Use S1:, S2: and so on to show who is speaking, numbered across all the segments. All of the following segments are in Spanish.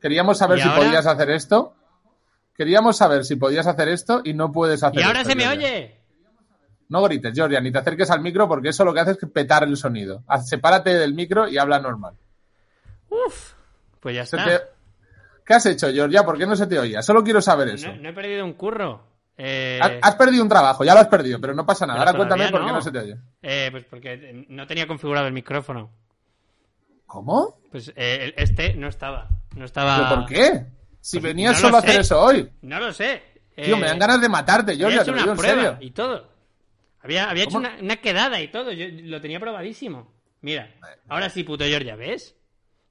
S1: Queríamos saber
S2: ¿Y
S1: si
S2: ahora?
S1: podías hacer esto. Queríamos saber si podías hacer esto y no puedes hacer
S2: Y ahora
S1: esto,
S2: se me
S1: Georgia.
S2: oye.
S1: No grites, Georgia, ni te acerques al micro porque eso lo que hace es petar el sonido. Haz- Sepárate del micro y habla normal.
S2: Uf. Pues ya
S1: Se
S2: está.
S1: te- ¿Qué has hecho, Georgia? ¿Por qué no se te oía? Solo quiero saber eso. Ah,
S2: No, no he perdido un curro. Eh,
S1: Ha- Has perdido un trabajo, ya lo has perdido, pero no pasa nada.
S2: Pero
S1: Ahora cuéntame
S2: todavía
S1: por qué
S2: no.
S1: no se te oye.
S2: eh, pues porque no tenía configurado el micrófono.
S1: ¿Cómo?
S2: Pues eh, el- este no estaba. No estaba.
S1: ¿Pero por qué? Si
S2: Ah. Pues
S1: venías
S2: no lo
S1: solo a hacer
S2: sé.
S1: eso hoy.
S2: No lo sé.
S1: Tío,
S2: Eh,
S1: me dan ganas de matarte,
S2: había
S1: Georgia, te
S2: hecho
S1: lo
S2: una
S1: digo en
S2: prueba
S1: serio.
S2: y todo. Había, había hecho
S1: ¿Cómo?
S2: una, una quedada y todo. Yo lo tenía probadísimo. Mira, ahora sí, puto Georgia, ¿ves?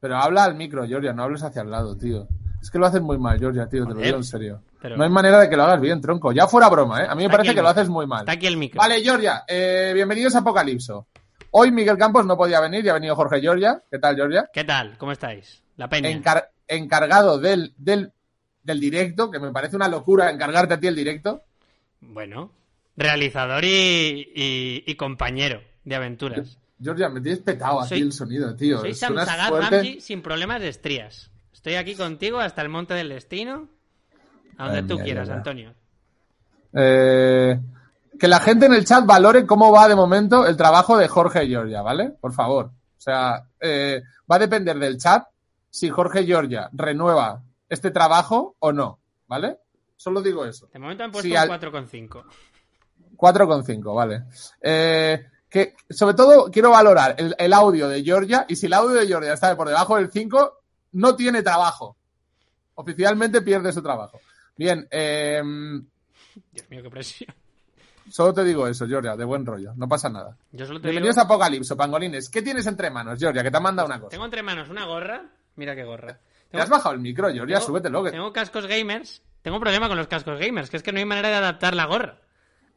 S1: Pero habla al micro, Georgia, no hables hacia el lado, tío. Es que lo haces muy mal, Georgia, tío, te lo
S2: Joder.
S1: digo en serio.
S2: Pero-
S1: No hay manera de que lo hagas bien, tronco. Ya fuera broma, ¿eh? A mí me
S2: Está aquí
S1: parece
S2: el
S1: que lo
S2: micro.
S1: haces muy mal.
S2: Está aquí el micro.
S1: Vale, Georgia, eh, bienvenidos a Apocalipso. Hoy Miguel Campos no podía venir, ya ha venido Jorge Georgia. ¿Qué tal, Georgia?
S2: ¿Qué tal? ¿Cómo estáis? La peña.
S1: Encar- encargado del, del, del directo, que me parece una locura encargarte a ti el directo.
S2: Bueno, realizador y, y- y compañero de aventuras.
S1: Georgia, me tienes petado
S2: Soy-
S1: aquí el sonido, tío.
S2: Soy Sam
S1: Suenas
S2: Sagat
S1: fuerte.
S2: Gamgee sin problemas de estrías. Estoy aquí contigo hasta el monte del destino. A donde
S1: Madre
S2: tú
S1: mía,
S2: quieras,
S1: ya, ya.
S2: Antonio.
S1: Eh, que la gente en el chat valore cómo va de momento el trabajo de Jorge Georgia, ¿vale? Por favor. O sea, eh, va a depender del chat si Jorge Georgia renueva este trabajo o no, ¿vale? Solo digo eso.
S2: De momento han puesto
S1: Sí,
S2: un
S1: al-
S2: 4,5.
S1: 4,5, vale. Eh, que, sobre todo quiero valorar el, el audio de Georgia y si el audio de Georgia está por debajo del 5, no tiene trabajo. Oficialmente pierde su trabajo. Bien, em,
S2: Dios mío, qué presión.
S1: solo te digo eso, Georgia, de buen rollo, no pasa nada.
S2: Yo solo te
S1: Bienvenidos
S2: digo-
S1: a Apocalipso, pangolines. ¿Qué tienes entre manos, Georgia? Que te ha mandado una cosa.
S2: Tengo entre manos una gorra. Mira qué gorra.
S1: ¿Te has bajado el micro, Georgia?
S2: tengo-
S1: Súbetelo. Que...
S2: Tengo cascos gamers. Tengo un problema con los cascos gamers, que es que no hay manera de adaptar la gorra.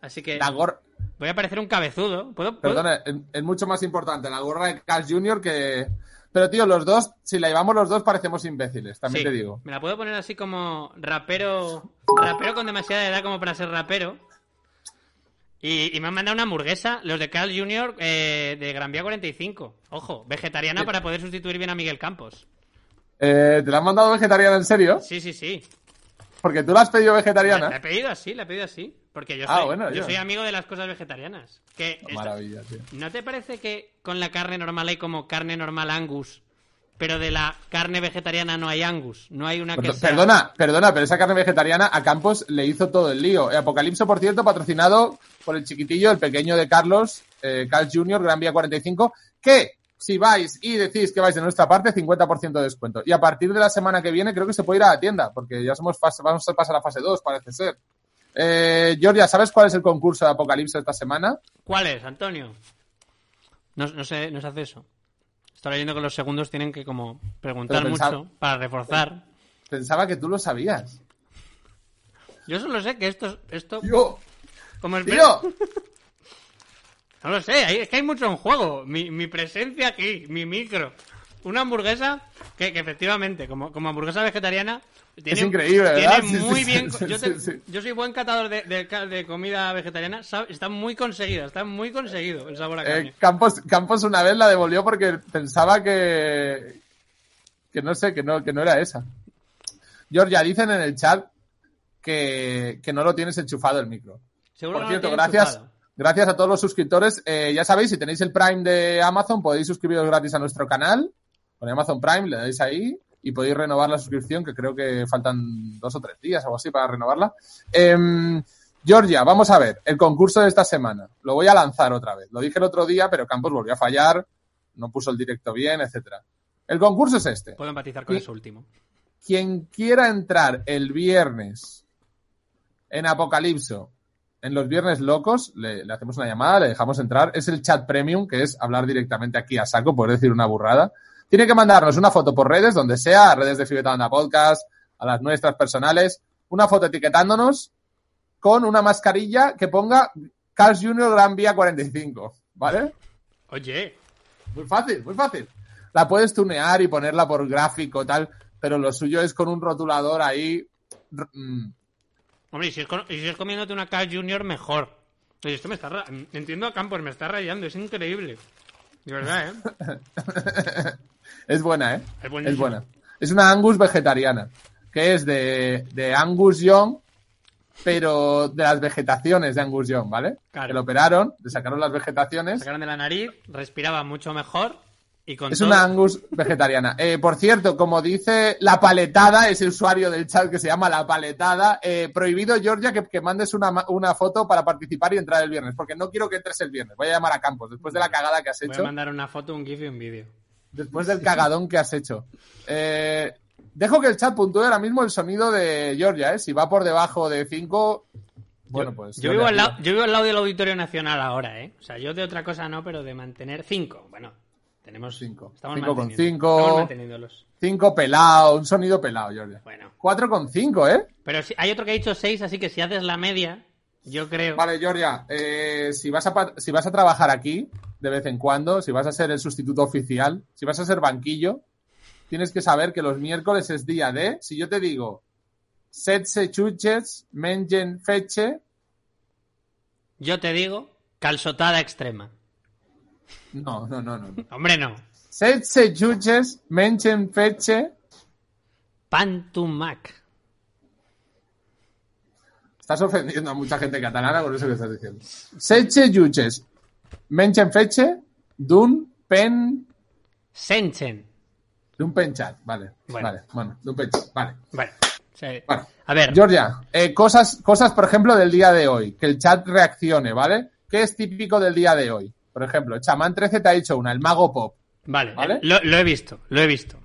S2: Así que
S1: La gorra...
S2: voy a parecer un cabezudo. ¿Puedo, puedo-
S1: Perdona, es, es mucho más importante la gorra de Cash Junior que... Pero, tío, los dos, si la llevamos los dos, parecemos imbéciles, también
S2: Sí,
S1: te digo.
S2: Me la puedo poner así como rapero. Rapero con demasiada edad como para ser rapero. Y, y me han mandado una hamburguesa, los de Carl Jr. eh, de Gran Vía 45. Ojo, vegetariana para poder sustituir bien a Miguel Campos.
S1: Eh, ¿Te la han mandado vegetariana en serio?
S2: Sí, sí, sí.
S1: Porque tú la has pedido
S2: La, la he
S1: vegetariana.
S2: pedido así, la he pedido así. Porque yo,
S1: Ah,
S2: soy,
S1: bueno,
S2: yo
S1: yo.
S2: soy amigo de las cosas vegetarianas. Que esto-
S1: Maravilla, tío.
S2: ¿No te parece que con la carne normal hay como carne normal angus, pero de la carne vegetariana no hay angus? No hay una Ah, que
S1: Perdo-
S2: sea...
S1: Pues Perdona, perdona, pero esa carne vegetariana a Campos le hizo todo el lío. Eh, Apocalipso, por cierto, patrocinado por el chiquitillo, el pequeño de Carlos, eh, Carl Jr., Gran Vía 45, que si vais y decís que vais de nuestra parte, 50% de descuento. Y a partir de la semana que viene creo que se puede ir a la tienda, porque ya somos fase- vamos a pasar a la fase 2, parece ser. Eh, Georgia, ¿sabes cuál es el concurso de Apocalipso esta semana?
S2: ¿Cuál es, Antonio? No, no, se, no se hace eso. Estoy leyendo que los segundos tienen que como preguntar
S1: Pero pensad-
S2: mucho para reforzar.
S1: Pensaba que tú lo sabías.
S2: Yo solo sé que esto, esto
S1: Tío,
S2: como es
S1: tío,
S2: No lo sé, hay- es que hay mucho en juego. Mi, mi presencia aquí, mi micro. Una hamburguesa que, que efectivamente, como, como hamburguesa vegetariana, tiene,
S1: Es increíble, ¿verdad?
S2: tiene
S1: Sí, sí, sí,
S2: muy bien.
S1: sí,
S2: yo,
S1: sí,
S2: te-
S1: sí.
S2: yo soy buen catador de, de ca- de comida vegetariana. sabe- Está muy conseguida, está muy conseguido el sabor a carne.
S1: Eh, Campos, Campos una vez la devolvió porque pensaba que. que no sé, que no, que no era esa. Georgia, dicen en el chat que, que no lo tienes enchufado el micro.
S2: Seguro
S1: Por
S2: que no lo
S1: cierto,
S2: tiene
S1: gracias.
S2: enchufado.
S1: Gracias a todos los suscriptores. Eh, ya sabéis, si tenéis el Prime de Amazon, podéis suscribiros gratis a nuestro canal. Con Amazon Prime le dais ahí y podéis renovar la suscripción, que creo que faltan dos o tres días o algo así para renovarla. Em, Georgia, vamos a ver, el concurso de esta semana. Lo voy a lanzar otra vez. Lo dije el otro día, pero Campos volvió a fallar, no puso el directo bien, etcétera. El concurso es este
S2: Puedo empatizar con
S1: Y-
S2: eso último.
S1: quien quiera entrar el viernes en Apocalipso, en los viernes locos, le, le hacemos una llamada, le dejamos entrar. Es el chat premium, que es hablar directamente aquí a saco, por decir una burrada. Tiene que mandarnos una foto por redes, donde sea, a redes de Fibetanda Podcast, a las nuestras personales, una foto etiquetándonos con una mascarilla que ponga Carl Junior Gran Vía 45, ¿vale?
S2: Oye,
S1: Muy fácil, muy fácil. La puedes tunear y ponerla por gráfico, tal, pero lo suyo es con un rotulador ahí. r- mm,
S2: hombre, y si es, con- y si es comiéndote una Carl Junior, mejor. Oye, esto me está ra- Entiendo a Campos, me está rayando, es increíble. De verdad, ¿eh?
S1: Es buena, ¿eh?
S2: Es buenísima.
S1: Es buena. Es una Angus vegetariana, que es de, de Angus Young, pero de las vegetaciones de Angus Young, ¿vale?
S2: Claro.
S1: Que lo operaron, le sacaron las vegetaciones.
S2: Sacaron de la nariz, respiraba mucho mejor y con
S1: Es
S2: todo-
S1: una Angus vegetariana. Eh, por cierto, como dice La Paletada, ese usuario del chat que se llama La Paletada, eh, prohibido, Georgia, que, que mandes una, ma- una foto para participar y entrar el viernes, porque no quiero que entres el viernes. Voy a llamar a Campos, después de la cagada que has
S2: Voy
S1: hecho.
S2: a mandar una foto, un GIF y un vídeo.
S1: Después del cagadón que has hecho. Eh, dejo que el chat puntúe ahora mismo el sonido de Georgia, ¿eh? Si va por debajo de 5. Bueno, pues.
S2: Yo
S1: Georgia,
S2: vivo, al lado, yo vivo al lado del Auditorio Nacional ahora, ¿eh? O sea, yo de otra cosa no, pero de mantener cinco. Bueno, tenemos
S1: Cinco.
S2: Estamos
S1: Cinco con
S2: manteniendo-
S1: cinco.
S2: Estamos manteniéndolos.
S1: Cinco pelado, un sonido pelado, Georgia.
S2: Bueno.
S1: 4,5, ¿eh?
S2: Pero si- hay otro que ha dicho seis, así que si haces la media, yo creo.
S1: Vale, Georgia, eh, si, vas a, pa- si vas a trabajar aquí de vez en cuando, si vas a ser el sustituto oficial, si vas a ser banquillo, tienes que saber que los miércoles es día de, si yo te digo, setze chuches, mengen feche,
S2: Yo te digo, calzotada extrema.
S1: no, no, no, no. no.
S2: Hombre, no.
S1: Setze chuches, mengen feche,
S2: Pantumac.
S1: estás ofendiendo a mucha gente catalana con eso que estás diciendo. Setze chuches, mengen feche, dun pen,
S2: Senchen.
S1: dun penchat, vale,
S2: Bueno.
S1: vale, bueno, dun penchat, vale.
S2: Vale. O sea,
S1: Vale.
S2: A ver,
S1: Georgia, eh, cosas, cosas, por ejemplo, del día de hoy, que el chat reaccione, ¿vale? ¿Qué es típico del día de hoy? Por ejemplo, Chamán 13 te ha dicho una, el mago pop.
S2: vale.
S1: ¿Vale?
S2: Lo, lo he visto, lo he visto.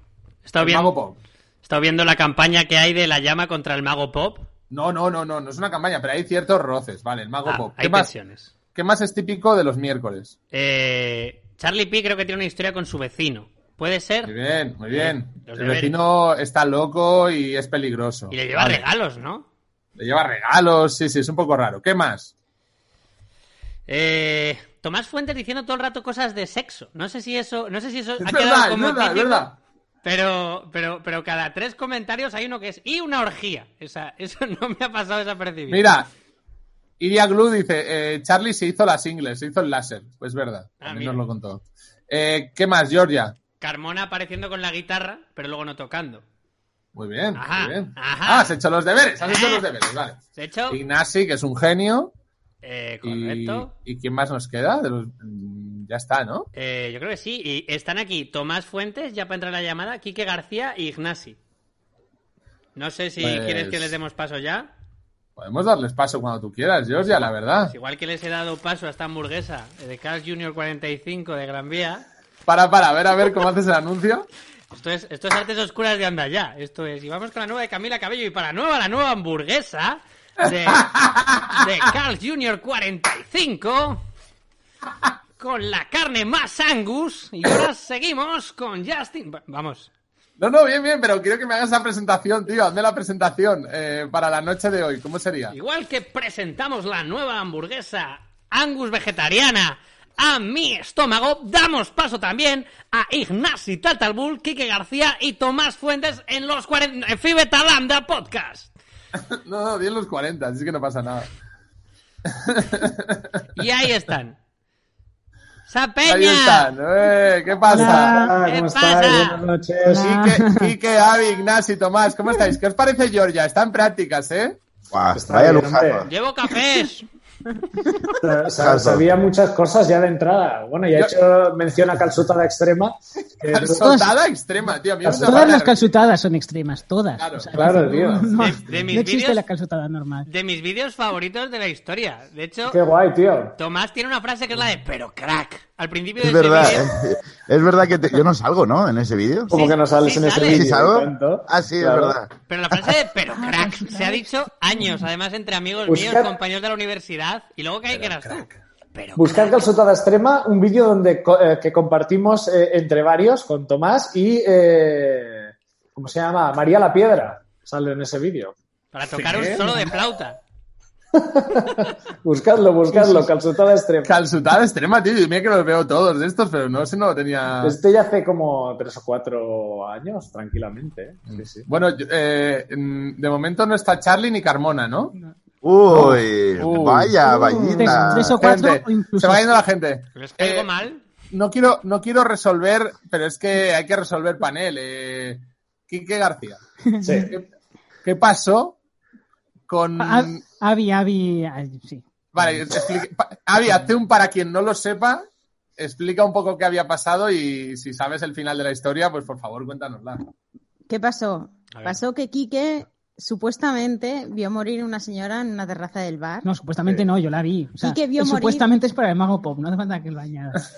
S2: He estado,
S1: El mago
S2: viendo,
S1: pop.
S2: he estado viendo la campaña que hay de la llama contra el mago pop.
S1: No, no, no, no, no es una campaña, pero hay ciertos roces, ¿vale? El mago
S2: Ah,
S1: pop.
S2: hay
S1: ¿Qué más,
S2: tensiones.
S1: ¿Qué más es típico de los miércoles?
S2: Eh, Charlie P creo que tiene una historia con su vecino. Puede
S1: Muy
S2: ser.
S1: bien, muy bien.
S2: Los
S1: El
S2: deberes.
S1: vecino está loco y es peligroso.
S2: Y le lleva
S1: Vale.
S2: regalos, ¿no?
S1: Le lleva regalos, sí, sí, es un poco raro. ¿Qué más?
S2: Eh, Tomás Fuentes diciendo todo el rato cosas de sexo. No sé si eso, no sé si eso
S1: Es
S2: ha
S1: verdad,
S2: quedado
S1: es
S2: como
S1: verdad, es
S2: típico,
S1: verdad.
S2: Pero, pero, pero cada tres comentarios hay uno que es y una orgía. Esa, eso no me ha pasado desapercibido.
S1: Mira, Iria Glue dice, eh, Charlie se hizo las ingles, se hizo el láser. Pues es verdad,
S2: Ah,
S1: también
S2: mira.
S1: nos lo contó. Eh, ¿Qué más, Georgia?
S2: Carmona apareciendo con la guitarra, pero luego no tocando.
S1: Muy bien,
S2: Ajá,
S1: muy bien.
S2: ajá.
S1: Ah, has hecho los deberes, has hecho
S2: Eh.
S1: los deberes, vale.
S2: De hecho,
S1: Ignasi, que es un genio.
S2: eh,
S1: Y,
S2: correcto.
S1: ¿y quién más nos queda? De los- mm, ya está, ¿no?
S2: Eh, yo creo que sí. Y están aquí Tomás Fuentes, ya para entrar la llamada, Quique García y Ignasi. No sé si
S1: Pues-
S2: quieres que les demos paso ya.
S1: Podemos darles paso cuando tú quieras, Georgia, la verdad.
S2: Pues igual que les he dado paso a esta hamburguesa de Carl Junior 45 de Gran Vía.
S1: Para, para, a ver, a ver cómo haces el anuncio.
S2: Esto es, esto es Artes Oscuras de Andallá. Esto es. Y vamos con la nueva de Camila Cabello. Y para la nueva, la nueva hamburguesa de, de Carl Jr. 45. Con la carne más Angus. Y ahora seguimos con Justin. Va- Vamos.
S1: No, no, bien, bien, pero quiero que me hagas la presentación, tío. Hazme la presentación eh, para la noche de hoy. ¿Cómo sería?
S2: Igual que presentamos la nueva hamburguesa Angus vegetariana a mi estómago, damos paso también a Ignasi Tatalbul, Quique García y Tomás Fuentes en los 40 en Fibetalanda Podcast.
S1: No, no, 10 los 40, así que no pasa nada.
S2: Y ahí están. ¡Sapeña!
S1: Ahí están. eh, ¿Qué pasa?
S3: Hola,
S2: ¿Qué
S3: ¿cómo
S2: pasa?
S3: estáis? Buenas noches.
S1: Quique, Quique, Avi, Ignasi, Tomás, ¿cómo estáis? ¿Qué os parece Georgia? Está en prácticas, ¿eh?
S4: Guau,
S3: Está
S4: vaya
S3: bien,
S4: lujazo.
S3: hombre.
S2: Llevo cafés.
S3: O sea, sabía muchas cosas ya de entrada. Bueno, ya he hecho mención a calzutada extrema. que-
S1: Soltada extrema, tío. A mí me
S3: Todas
S1: da
S5: Todas las
S1: rabia.
S5: calzutadas son extremas, todas.
S1: Claro.
S3: Claro, tío.
S5: No,
S2: De- de mis
S5: no existe
S2: vídeos-
S5: la calzutada normal.
S2: De mis vídeos favoritos de la historia. De hecho,
S3: Qué guay, tío.
S2: Tomás tiene una frase que es la de pero crack. Al principio de
S4: Es
S2: este
S4: verdad,
S2: vídeo-
S4: eh. es verdad que te- yo no salgo, ¿no? En ese vídeo.
S3: Como
S2: Sí,
S3: que no sales
S2: sí
S3: en ese
S2: sales.
S3: vídeo.
S4: ¿Sí salgo?
S3: y tanto.
S4: Ah, sí,
S3: Claro.
S4: es verdad.
S2: Pero la frase de pero crack se ha dicho años, además entre amigos
S3: Buscar-
S2: míos, compañeros de la universidad, y luego que hay que eras tú. Pero
S3: Buscad calzotada extrema, un vídeo donde co- eh, que compartimos eh, entre varios con Tomás y eh, ¿cómo se llama? María la Piedra sale en ese vídeo.
S2: para tocar
S1: ¿Sí?
S2: un solo de flauta.
S3: Buscadlo, buscadlo, calzotada extrema.
S1: Calzutada extrema, tío. Y mira que los veo todos de estos, pero no sé, no lo tenía.
S3: Este ya hace como tres o cuatro años, tranquilamente. ¿eh? Sí, sí.
S1: Bueno, yo- eh, mm, de momento no está Charlie ni Carmona, ¿no?
S4: Uy,
S1: Uy.
S4: vaya,
S3: Uy.
S5: Tres,
S4: vallita.
S5: tres o cuatro
S1: Gente,
S5: o
S1: se
S5: incluso.
S1: va yendo la gente.
S2: ¿Les caigo
S1: Eh,
S2: mal?
S1: No quiero, no quiero resolver, pero es que hay que resolver panel. Eh. Quique García,
S5: Mm.
S3: Sí.
S1: ¿qué, qué pasó con...?
S5: Ah, Avi, Avi, ay, sí.
S1: Vale, explique- pa- Avi, hazte un para quien no lo sepa, explica un poco qué había pasado y si sabes el final de la historia, pues por favor cuéntanosla.
S6: ¿Qué pasó?
S2: A ver.
S6: Pasó que Quique supuestamente vio morir una señora en una terraza del bar.
S5: No, supuestamente no, yo la vi. O sea,
S6: Y que vio
S5: que
S6: morir.
S5: Supuestamente es para el mago pop, no hace falta que lo añadas.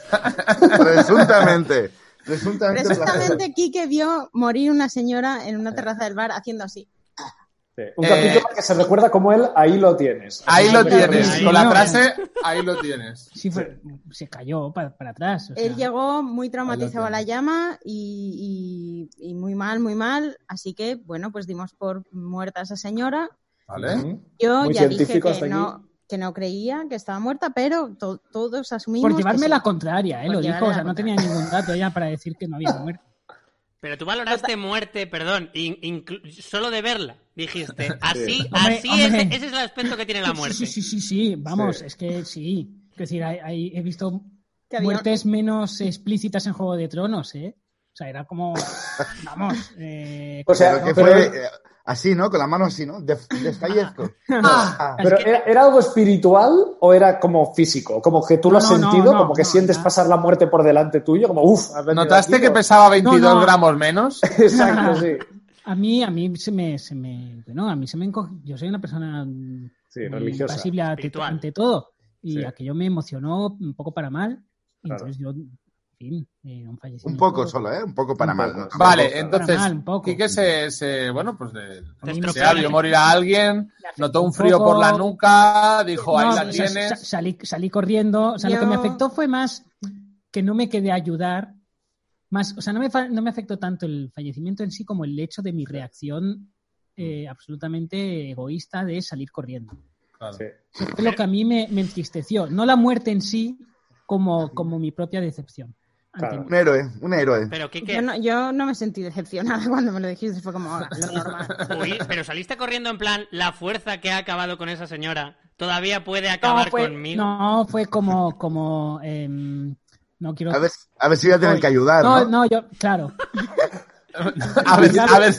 S4: Presuntamente. Presuntamente.
S6: Presuntamente Quique vio morir una señora en una terraza del bar haciendo así.
S3: Sí. Un
S1: Eh,
S3: capítulo que se recuerda como él, ahí lo tienes.
S1: Ahí lo tienes,
S5: Sí,
S1: con la
S5: no.
S1: frase, ahí lo tienes.
S5: Sí, fue- se cayó para, para atrás. o sea.
S6: Él llegó muy
S1: Al
S6: traumatizado
S1: otro.
S6: a la llama y, y- y muy mal, muy mal. Así que, bueno, pues dimos por muerta a esa señora.
S1: ¿Vale?
S6: Yo
S3: Muy
S6: ya dije
S3: científico hasta
S6: que
S3: aquí.
S6: no, que no creía que estaba muerta, pero to- todos asumimos.
S5: Por
S6: que
S5: llevarme
S6: sí.
S5: la contraria, ¿eh?
S6: Por
S5: lo dijo,
S6: llevarme
S5: o sea,
S6: la
S5: no tenía
S6: contraria.
S5: ningún dato ya para decir que no había muerto.
S2: Pero tú valoraste muerte, perdón, in- inclu- solo de verla. Dijiste, así,
S5: Hombre,
S2: así
S5: hombre.
S2: ese- ese es el aspecto que tiene la muerte.
S5: Sí, sí, sí, sí, sí, vamos, es que sí. Es decir, hay- hay- he visto
S6: Que había-
S5: muertes menos explícitas en Juego de Tronos, ¿eh? O sea, era como, vamos, eh,
S3: O sea,
S4: Pero que
S3: pero-
S4: fue eh, así, ¿no? Con la mano así, ¿no? Des- Desfallezco. Ah,
S3: Pero ¿era, era algo espiritual o era como físico? Como que tú lo has
S5: No, no,
S3: sentido,
S5: no,
S3: como que
S5: no,
S3: sientes
S5: no.
S3: pasar la muerte por delante tuyo, como uff.
S1: ¿Notaste que pesaba 22
S5: No, no.
S1: gramos menos?
S3: Exacto, sí.
S5: a mí, a mí se me, se me, no, a mí se me encoge, yo soy una persona mm,
S3: Sí,
S5: muy
S3: religiosa.
S5: impasible ante,
S2: espiritual.
S5: ante todo, y
S3: Sí.
S5: aquello me emocionó un poco para mal, y
S3: Claro.
S5: entonces yo, en fin, eh, un fallecimiento.
S4: Un poco solo, ¿eh? Un poco para
S3: Un
S4: mal.
S3: poco,
S4: ¿no?
S3: sí.
S1: Vale,
S3: Para
S1: entonces,
S5: mal, un poco.
S1: Quique se, se- bueno, pues de,
S2: Te
S1: que sea,
S2: estropeaste.
S1: vio morir a alguien, notó un
S5: un
S1: frío
S5: poco.
S1: por la nuca, dijo, ahí
S5: No,
S1: la
S5: o sea, sa-
S1: tienes.
S5: salí, salí corriendo. O sea, lo que
S6: Yo-
S5: me afectó fue más que no me quedé a ayudar. Más, o sea, no me, fa- no me afectó tanto el fallecimiento en sí como el hecho de mi
S3: Mm.
S5: reacción eh, absolutamente egoísta de salir corriendo.
S1: Claro.
S3: Sí.
S5: Fue lo que a mí me, me entristeció. No la muerte en sí como, como mi propia decepción. ante
S3: Claro.
S4: Un héroe, un héroe.
S2: Pero, Kike,
S6: Yo no, yo no me sentí decepcionada cuando me lo dijiste, fue como "Ah, lo normal.
S2: Uy, pero saliste corriendo en plan, la fuerza que ha acabado con esa señora todavía puede acabar
S5: fue,
S2: conmigo.
S5: pues, no, fue como... como em, no quiero...
S4: A ver, a ver si voy a tener que ayudar,
S5: no,
S4: ¿no?
S5: no, yo, claro.
S1: A
S3: Pues
S1: ver, a ver,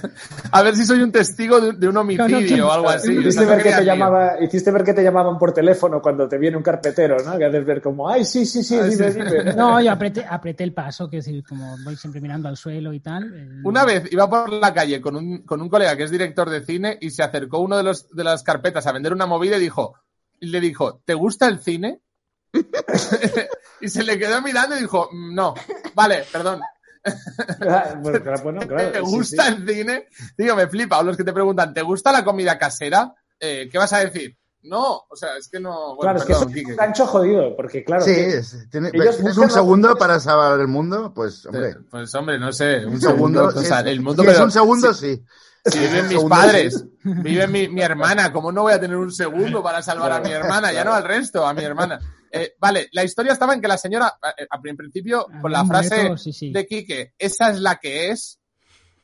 S1: a ver si soy un testigo de, de un homicidio
S5: no,
S1: o algo así. O
S3: hiciste,
S1: sea, no
S3: ver que
S1: quería
S3: te
S1: lío.
S3: llamaba, hiciste ver que te llamaban por teléfono cuando te viene un carpetero, ¿no? Que haces ver como, ay, sí, sí, sí,
S1: Ah,
S3: dime,
S1: sí.
S3: dime.
S5: No, yo apreté, apreté el paso, que decir, como voy siempre mirando al suelo y tal. eh,
S1: Una vez iba por la calle con un, con un colega que es director de cine y se acercó uno de, los, de las carpetas a vender una movida y dijo, y le dijo, ¿te gusta el cine? y se le quedó mirando y dijo, "Mm, no, vale, perdón,
S3: Ah, bueno, claro, bueno, claro,
S1: ¿te
S3: sí,
S1: gusta
S3: sí.
S1: el cine? Digo, me flipa. O los que te preguntan, ¿te gusta la comida casera? Eh, ¿Qué vas a decir? No, o sea, es que no. Bueno,
S3: Claro, es que
S1: perdón,
S3: es
S1: Quique.
S3: un gancho jodido, porque claro,
S4: sí,
S3: que-
S4: es- tiene-
S3: ellos
S4: ¿ves? ¿Tienes
S3: buscan
S4: un
S3: la-
S4: segundo para salvar el mundo? Pues, hombre,
S1: Pues hombre, no sé,
S4: un segundo.
S1: o sea,
S4: es-
S1: el mundo
S4: si
S1: pero
S4: es un segundo, sí.
S1: si viven mis
S4: segundo,
S1: padres, vive mi, mi hermana, ¿cómo no voy a tener un segundo para salvar a mi hermana? Ya no al resto, a mi hermana. Eh, vale, la historia estaba en que la señora, eh, al principio,
S5: había
S1: con la
S5: un
S1: frase
S5: momento, sí, sí.
S1: de Quique, esa es la que es,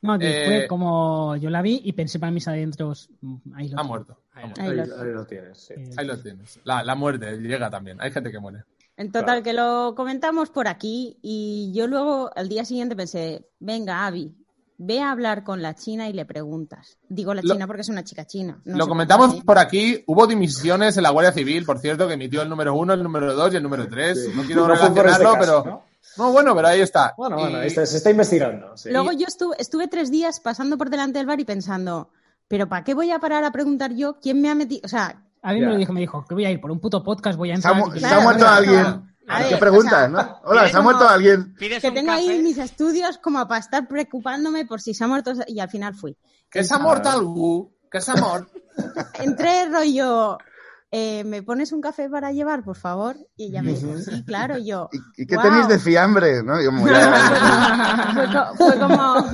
S5: No,
S1: eh,
S5: fue como yo la vi y pensé para mis adentros, mm, ahí lo
S1: ha
S5: tengo.
S1: muerto.
S2: Ahí lo-
S6: Ahí
S3: Ahí,
S6: lo-
S3: ahí lo tienes, sí.
S5: Eh,
S1: Ahí lo tienes. La, la muerte llega también. Hay gente que muere.
S6: En total, que lo comentamos por aquí y yo luego al día siguiente pensé, venga, Avi, ve a hablar con la china y le preguntas. Digo la
S1: Lo-
S6: china porque es una chica china. no
S1: Lo
S6: sé
S1: comentamos
S6: qué.
S1: por aquí. Hubo dimisiones en la Guardia Civil, por cierto, que emitió el número uno, el número dos y el número tres. No quiero
S3: No fue por este
S1: relacionarlo,
S3: caso,
S1: pero.
S3: ¿no?
S1: No, bueno, pero ahí está.
S3: Bueno,
S1: Y-
S3: bueno, este- se está investigando. sí.
S6: Luego yo estuve, estuve tres días pasando por delante del bar y pensando, pero ¿para qué voy a parar a preguntar yo quién me ha metido? O sea,
S5: A mí
S3: Ya.
S5: me lo dijo, me dijo que voy a ir por un puto podcast, voy a
S4: Se
S5: entrar.
S4: ha, mu-
S5: y-
S4: se ha muerto
S6: claro.
S4: alguien.
S6: A
S4: ¿Qué
S6: ver,
S4: preguntas,
S6: o sea,
S4: no? Hola, ¿se ha
S6: como-
S4: muerto alguien?
S2: Pides
S6: que
S2: un
S6: tengo
S2: café.
S6: ahí mis estudios como para estar preocupándome por si se ha muerto y al final fui.
S1: Que se ha muerto algo. Que se ha muerto.
S6: Entré rollo, eh, ¿me pones un café para llevar, por favor? Y ella me dijo, sí, claro, y yo.
S4: ¿Y, y qué
S6: "Guau".
S4: tenéis de fiambre? ¿no? Y como ya-
S6: fue, co- fue como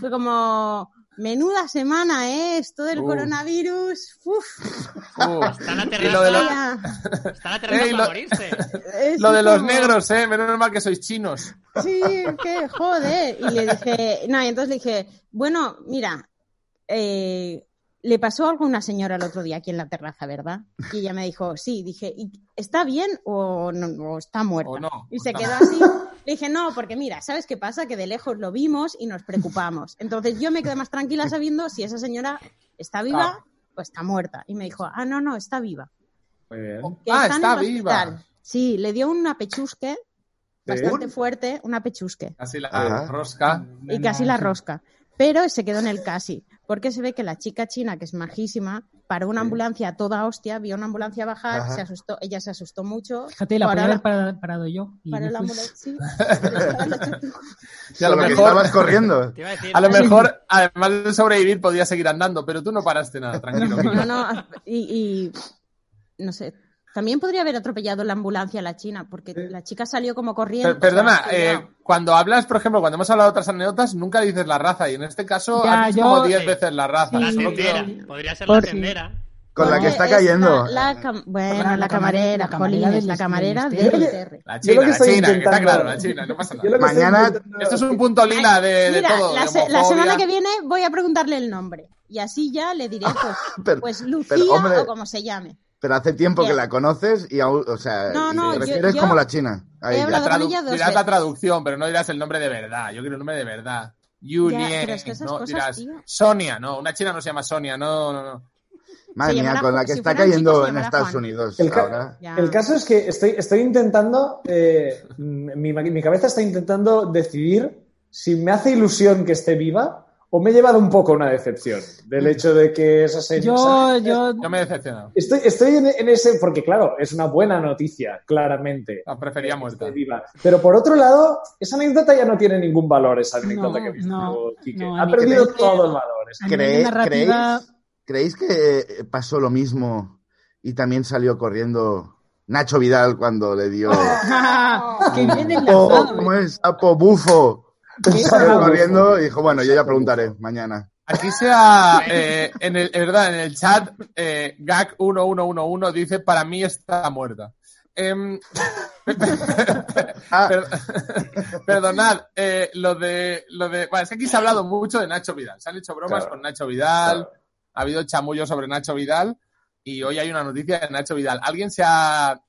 S6: fue como menuda semana ¿eh? esto del
S1: Uh.
S6: coronavirus uf,
S1: Uh,
S2: Está la
S1: y lo de, los-
S2: terraza,
S6: ya,
S2: está la terraza
S1: Ey,
S2: para
S1: lo-
S2: morirse.
S6: es
S1: lo de los
S6: como-
S1: negros, eh. Menos mal que sois chinos.
S6: sí es que joder y le dije no y entonces le dije bueno mira eh, le pasó algo a una señora el otro día aquí en la terraza verdad y ella me dijo sí dije "¿Y está bien o, no, o está muerta
S1: O no. Ah,
S6: Y se quedó así. Le dije, no, porque mira, ¿sabes qué pasa? Que de lejos lo vimos y nos preocupamos. Entonces yo me quedé más tranquila sabiendo si esa señora está viva o está muerta. Y me dijo, ah, no, no, está viva.
S3: Muy bien.
S6: Que
S1: Ah,
S6: en
S1: está
S6: el hospital.
S1: viva.
S6: Sí, le dio una pechusque bastante
S1: ¿Un?
S6: fuerte, una pechusque.
S1: Así la
S4: Ajá.
S1: rosca.
S6: Y casi la rosca. Pero se quedó en el casi. Porque se ve que la chica china, que es majísima, paró una ambulancia a toda hostia, vio una ambulancia bajar,
S4: Ajá.
S6: se asustó, ella se asustó mucho.
S5: Fíjate, la
S6: Paró
S5: podría
S6: la-
S5: haber parado, parado yo. y
S6: paró
S5: me
S6: la
S5: fui.
S6: ambulancia. sí. Paró la-
S1: Y a lo
S4: Solo que
S1: mejor-
S4: estabas corriendo.
S2: Te iba a decir,
S1: A lo mejor, además de sobrevivir, podía seguir andando, pero tú no paraste nada, tranquilo.
S6: No, no, y, y, no sé. También podría haber atropellado la ambulancia a la china, porque la chica salió como corriendo.
S1: Per- perdona,
S6: Se había
S1: eh,
S6: estudiado.
S1: cuando hablas, por ejemplo, cuando hemos hablado de otras anécdotas, nunca dices la raza, y en este caso
S5: Ya,
S1: haces
S5: yo-
S1: como 10
S2: sí.
S1: veces la raza.
S2: la
S5: Sí,
S1: Solo quiero-
S2: tendera. Podría ser
S5: Por
S2: la
S5: si-
S2: tendera.
S4: Con la
S6: Porque
S4: que está
S6: es la-
S4: cayendo.
S6: La, cam-
S5: La-
S6: bueno, la,
S5: la
S6: camarera,
S5: camarera, la
S6: jolín,
S5: camarera
S6: es la
S5: del
S6: camarera de
S5: ministerio.
S6: Isterre.
S1: La
S3: Yo lo
S1: china,
S3: que
S1: la
S3: estoy
S1: china, que está
S3: intentando-
S1: claro, la china, no pasa
S3: Yo
S1: nada.
S3: lo que estoy
S4: Mañana-
S3: intentando-
S1: Esto es un punto lila de, de
S6: Mira,
S1: todo. de
S6: la, se- la
S1: homofobia.
S6: semana que viene voy a preguntarle el nombre. Y así ya le
S1: Ah,
S6: diré, pues,
S4: Pero-
S6: pues
S4: pero,
S6: Lucía
S4: hombre-
S6: o como se llame.
S4: Pero hace tiempo que
S6: Bien.
S4: la conoces y aún, o sea,
S6: No,
S4: y
S6: no,
S4: te
S6: yo-
S4: refieres
S6: yo-
S4: como la china. Ahí
S6: He
S4: ya.
S6: hablado con
S1: Tradu-
S6: ella dos
S1: dirás la
S6: veces.
S1: traducción, pero no dirás el nombre de verdad. Yo quiero el nombre de verdad. Yunie,
S6: Ya, pero es que esas
S1: no
S6: cosas,
S1: dirás
S6: tío.
S1: Sonia, no, una china no se llama Sonia, no, no, no.
S4: Madre
S6: Se
S4: mía,
S6: llamará
S4: con la
S6: Ju-
S4: que
S6: si
S4: está
S6: fueran
S4: cayendo
S6: chicos, se
S4: en
S6: llamará
S4: Estados
S6: Juan.
S4: Unidos
S3: El ca-
S4: ahora.
S6: Ya.
S3: El caso es que estoy, estoy intentando, eh, mi, ma- mi cabeza está intentando decidir si me hace ilusión que esté viva o me he llevado un poco una decepción del hecho de que esa se...
S5: Yo, yo,
S1: Yo me he decepcionado.
S3: Estoy, estoy en, en ese, porque claro, es una buena noticia, claramente.
S1: La prefería muerta.
S3: esté viva. Pero por otro lado, esa anécdota ya no tiene ningún valor, esa anécdota
S5: No,
S3: que viste,
S5: no,
S3: Quique.
S5: no,
S3: ha
S5: a mí
S3: perdido
S4: creo que-
S3: todo el valor. esa-
S5: a nivel
S4: ¿Cree-
S5: narrativa,
S4: creéis? ¿Creéis que eh, pasó lo mismo y también salió corriendo Nacho Vidal cuando le dio...
S6: Oh,
S5: que viene
S4: Oh,
S5: enlazado.
S4: ¿Cómo es? Apo bufo. Salió
S3: Sapo
S4: corriendo
S3: bufo.
S4: y dijo, bueno,
S3: Sapo
S4: yo ya
S3: bufo.
S4: preguntaré mañana.
S1: Aquí sea, eh, en el, en verdad, en el chat, eh, GAC1111 dice, para mí está muerta. Em,
S4: Ah,
S1: per- perdonad, eh, lo de, lo de, bueno, es que aquí se ha hablado mucho de Nacho Vidal. Se han hecho bromas
S3: Claro.
S1: con Nacho Vidal,
S3: Claro.
S1: ha habido chamullo sobre Nacho Vidal, y hoy hay una noticia de Nacho Vidal. ¿Alguien se ha,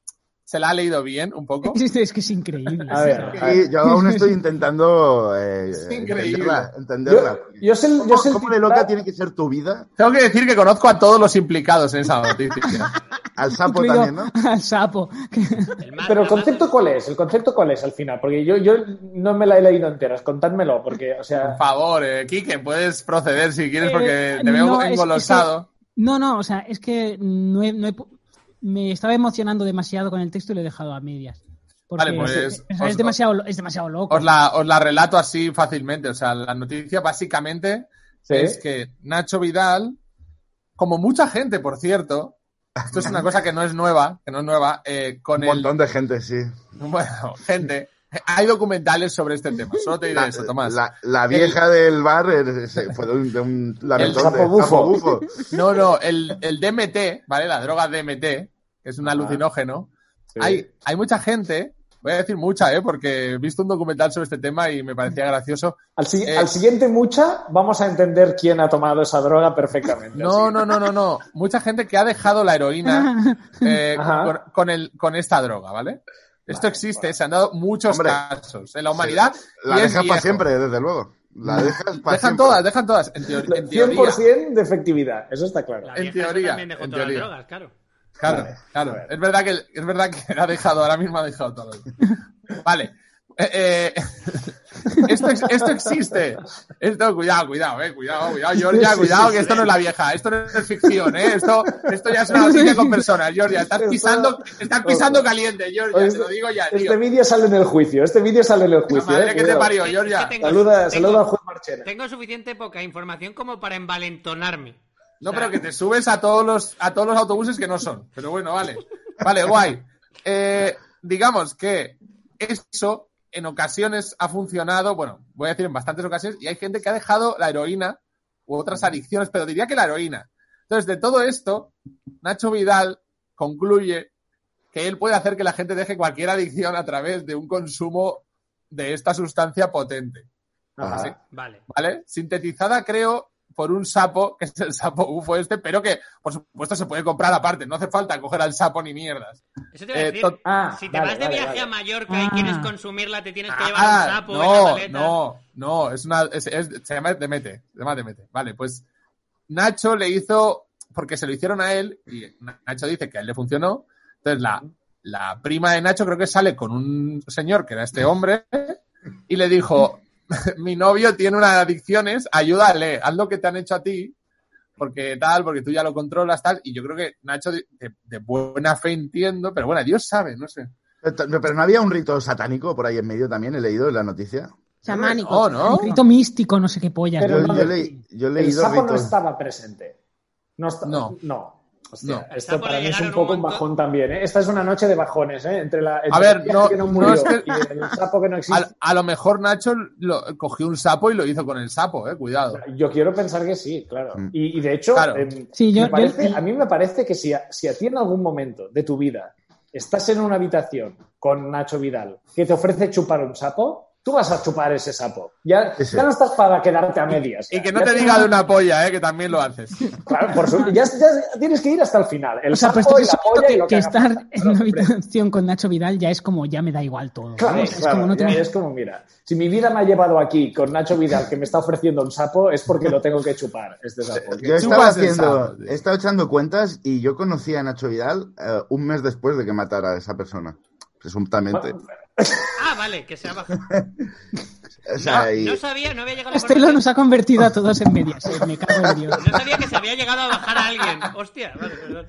S1: se la ha leído bien un poco?
S5: Es, es que es increíble.
S3: A ver, a ver.
S4: sí, yo aún estoy intentando eh,
S1: Es increíble.
S4: entenderla. entenderla.
S3: eh, Yo, yo sé, el- yo
S4: ¿Cómo,
S3: sé el
S4: cómo de loca
S3: titular-
S4: tiene que ser tu vida?
S1: Tengo que decir que conozco a todos los implicados en esa noticia.
S4: Al sapo
S5: Incluido
S4: también, ¿no?
S5: Al sapo.
S2: El mar- la
S3: Pero el
S2: mar-
S3: concepto cuál es, el concepto cuál es al final, porque yo, yo no me la he leído enteras, contádmelo, porque, o
S1: Por
S3: sea,
S1: favor, eh, Quique, puedes proceder si quieres
S5: Eh,
S1: porque te veo
S5: no, es-
S1: engolosado.
S5: No, no, o sea, es que no he- no he pu- me estaba emocionando demasiado con el texto y lo he dejado a medias. Porque
S1: Vale, pues,
S5: es, es-
S1: os-
S5: es demasiado, lo- es demasiado loco.
S1: Os la, os la relato así fácilmente. O sea, la noticia básicamente
S3: Sí.
S1: es que Nacho Vidal, como mucha gente, por cierto, esto es una cosa que no es nueva, que no es nueva, eh, con
S4: Un
S1: el...
S4: montón de gente, sí.
S1: Bueno, gente, hay documentales sobre este tema. Solo te diré eso, Tomás.
S4: la- la vieja del bar eh, se- fue de un, de un lamentón
S3: sapo
S4: de
S3: bufo.
S4: sapo bufo.
S1: No, no, el, el DMT, ¿vale? La droga DMT, que es
S4: Ah.
S1: un alucinógeno.
S3: Sí.
S1: Hay, hay mucha gente, voy a decir mucha, ¿eh? Porque he visto un documental sobre este tema y me parecía gracioso.
S3: al, si-
S1: eh.
S3: al siguiente mucha vamos a entender quién ha tomado esa droga perfectamente.
S1: No, no, no, no, no. Mucha gente que ha dejado la heroína eh,
S3: Ajá.
S1: con, con el, con esta droga, ¿vale? Esto existe, se han dado muchos
S4: Hombre.
S1: casos en la humanidad. y
S4: La
S1: es
S4: dejas para
S1: viejo.
S4: siempre, desde luego. La dejas para
S1: Dejan
S4: siempre.
S1: todas, dejan todas. En, teor- en teoría.
S3: 100% de efectividad, eso está claro.
S2: la
S1: en
S2: vieja
S1: teoría,
S2: también dejó
S1: en
S2: todas las
S1: teoría.
S2: drogas, claro.
S1: Claro, claro. Es verdad que es verdad que la ha dejado, ahora mismo ha dejado todo. Vale. Eh, eh, esto, ex- esto existe. Esto, cuidado, cuidado, eh, cuidado, cuidado, Georgia, cuidado, que esto no es la vieja, esto no es ficción, eh. Esto, esto ya es una noticia con personas, Georgia. Estás pisando, estás pisando caliente, Georgia, te lo digo ya, tío.
S3: Este vídeo sale en el juicio, este vídeo sale en el
S1: La
S3: juicio.
S1: madre
S3: eh,
S1: que te
S3: cuidado.
S1: parió,
S2: Es que
S1: Georgia.
S2: tengo-
S3: Saluda,
S2: tengo-
S3: saluda al juez Marchena.
S2: Tengo suficiente poca información como para envalentonarme.
S1: No, pero que te subes a todos los, a todos los autobuses que no son. Pero bueno, vale. Vale, guay. Eh, digamos que eso en ocasiones ha funcionado, bueno, voy a decir en bastantes ocasiones, y hay gente que ha dejado la heroína u otras adicciones, pero diría que la heroína. Entonces, de todo esto, Nacho Vidal concluye que él puede hacer que la gente deje cualquier adicción a través de un consumo de esta sustancia potente.
S4: Ah,
S1: Sí.
S2: Vale.
S1: ¿vale? Sintetizada, creo, por un sapo, que es el sapo UFO este, pero que, por supuesto, se puede comprar aparte. No hace falta coger al sapo ni mierdas.
S2: Eso te iba a
S1: Eh,
S2: decir.
S1: to-
S3: Ah,
S2: si te
S3: vale,
S2: vas de
S3: vale,
S2: viaje
S3: vale.
S2: a Mallorca y
S5: Ah.
S2: quieres consumirla, te tienes que llevar un
S1: Ah,
S2: sapo, una
S1: no,
S2: maleta.
S1: no, no, es una, es- es- se llama Demete, se llama Demete. Vale, pues Nacho le hizo, porque se lo hicieron a él, y Nacho dice que a él le funcionó, entonces la, la prima de Nacho creo que sale con un señor que era este hombre, y le dijo, mi novio tiene unas adicciones, ayúdale, haz lo que te han hecho a ti, porque tal, porque tú ya lo controlas, tal, y yo creo que Nacho, de, de- de buena fe entiendo, pero bueno, Dios sabe, no sé.
S4: Pero pero no había un rito satánico por ahí en medio también, he leído en la noticia.
S6: Chamánico.
S1: Oh, ¿no?
S5: Un rito místico, no sé qué pollas.
S3: Pero
S4: Yo,
S3: no de-
S4: yo leí- yo he
S3: El
S4: leído
S3: sapo no
S4: ritos.
S3: estaba presente. No. esta-
S1: No.
S3: no. Hostia,
S1: No.
S2: El
S3: Esto
S2: sapo
S3: para
S2: le
S3: mí es un
S2: llegaron
S3: poco
S2: un
S3: un
S2: montón.
S3: bajón también, ¿eh? Esta es una noche de bajones, ¿eh? Entre la, entre
S1: A ver,
S3: el viaje
S1: no-
S3: que no
S1: no
S3: murió
S1: es que-
S3: y el sapo que no existe.
S1: A, a lo mejor Nacho lo- cogió un sapo y lo hizo con el sapo, eh, cuidado.
S3: Yo quiero pensar que sí, claro.
S4: Mm.
S3: Y, y de hecho,
S1: Claro.
S3: em,
S5: Sí, yo-
S3: me
S5: yo-
S3: parece- a mí me parece que si a, si a ti en algún momento de tu vida estás en una habitación con Nacho Vidal que te ofrece chupar un sapo, tú vas a chupar ese sapo. Ya,
S4: Sí, sí.
S3: ya no estás para quedarte a medias.
S1: Y
S3: ya.
S1: que no
S3: Ya
S1: te diga de una polla, eh, que también lo haces.
S3: Claro, por su- ya, ya tienes que ir hasta el final. El
S5: O sea,
S3: sapo
S5: pues estoy
S3: y la
S5: asumiendo
S3: polla y
S5: que,
S3: lo que
S5: que
S3: haga
S5: estar
S3: falta.
S5: en
S3: Claro,
S5: una
S3: hombre.
S5: habitación con Nacho Vidal ya es como, ya me da igual todo.
S3: Claro,
S5: ¿no? O sea, es
S3: claro,
S5: como no
S3: ya
S5: tengo-
S3: es como, mira, si mi vida me ha llevado aquí con Nacho Vidal que me está ofreciendo un sapo, es porque lo tengo que chupar, este sapo.
S4: Yo he
S1: Tú
S4: estado,
S1: vas el
S4: haciendo,
S1: sábado, tío.
S4: he estado echando cuentas y yo conocí a Nacho Vidal eh, un mes después de que matara a esa persona, presuntamente.
S2: Ah, vale, que se ha bajado.
S4: O sea,
S2: no,
S4: y-
S2: no sabía, no había llegado la
S5: Estelo nos
S2: información.
S5: ha convertido a todos en medias. eh, Me cago en Dios.
S2: No sabía que se había llegado a bajar a alguien. Hostia, vale, perdón.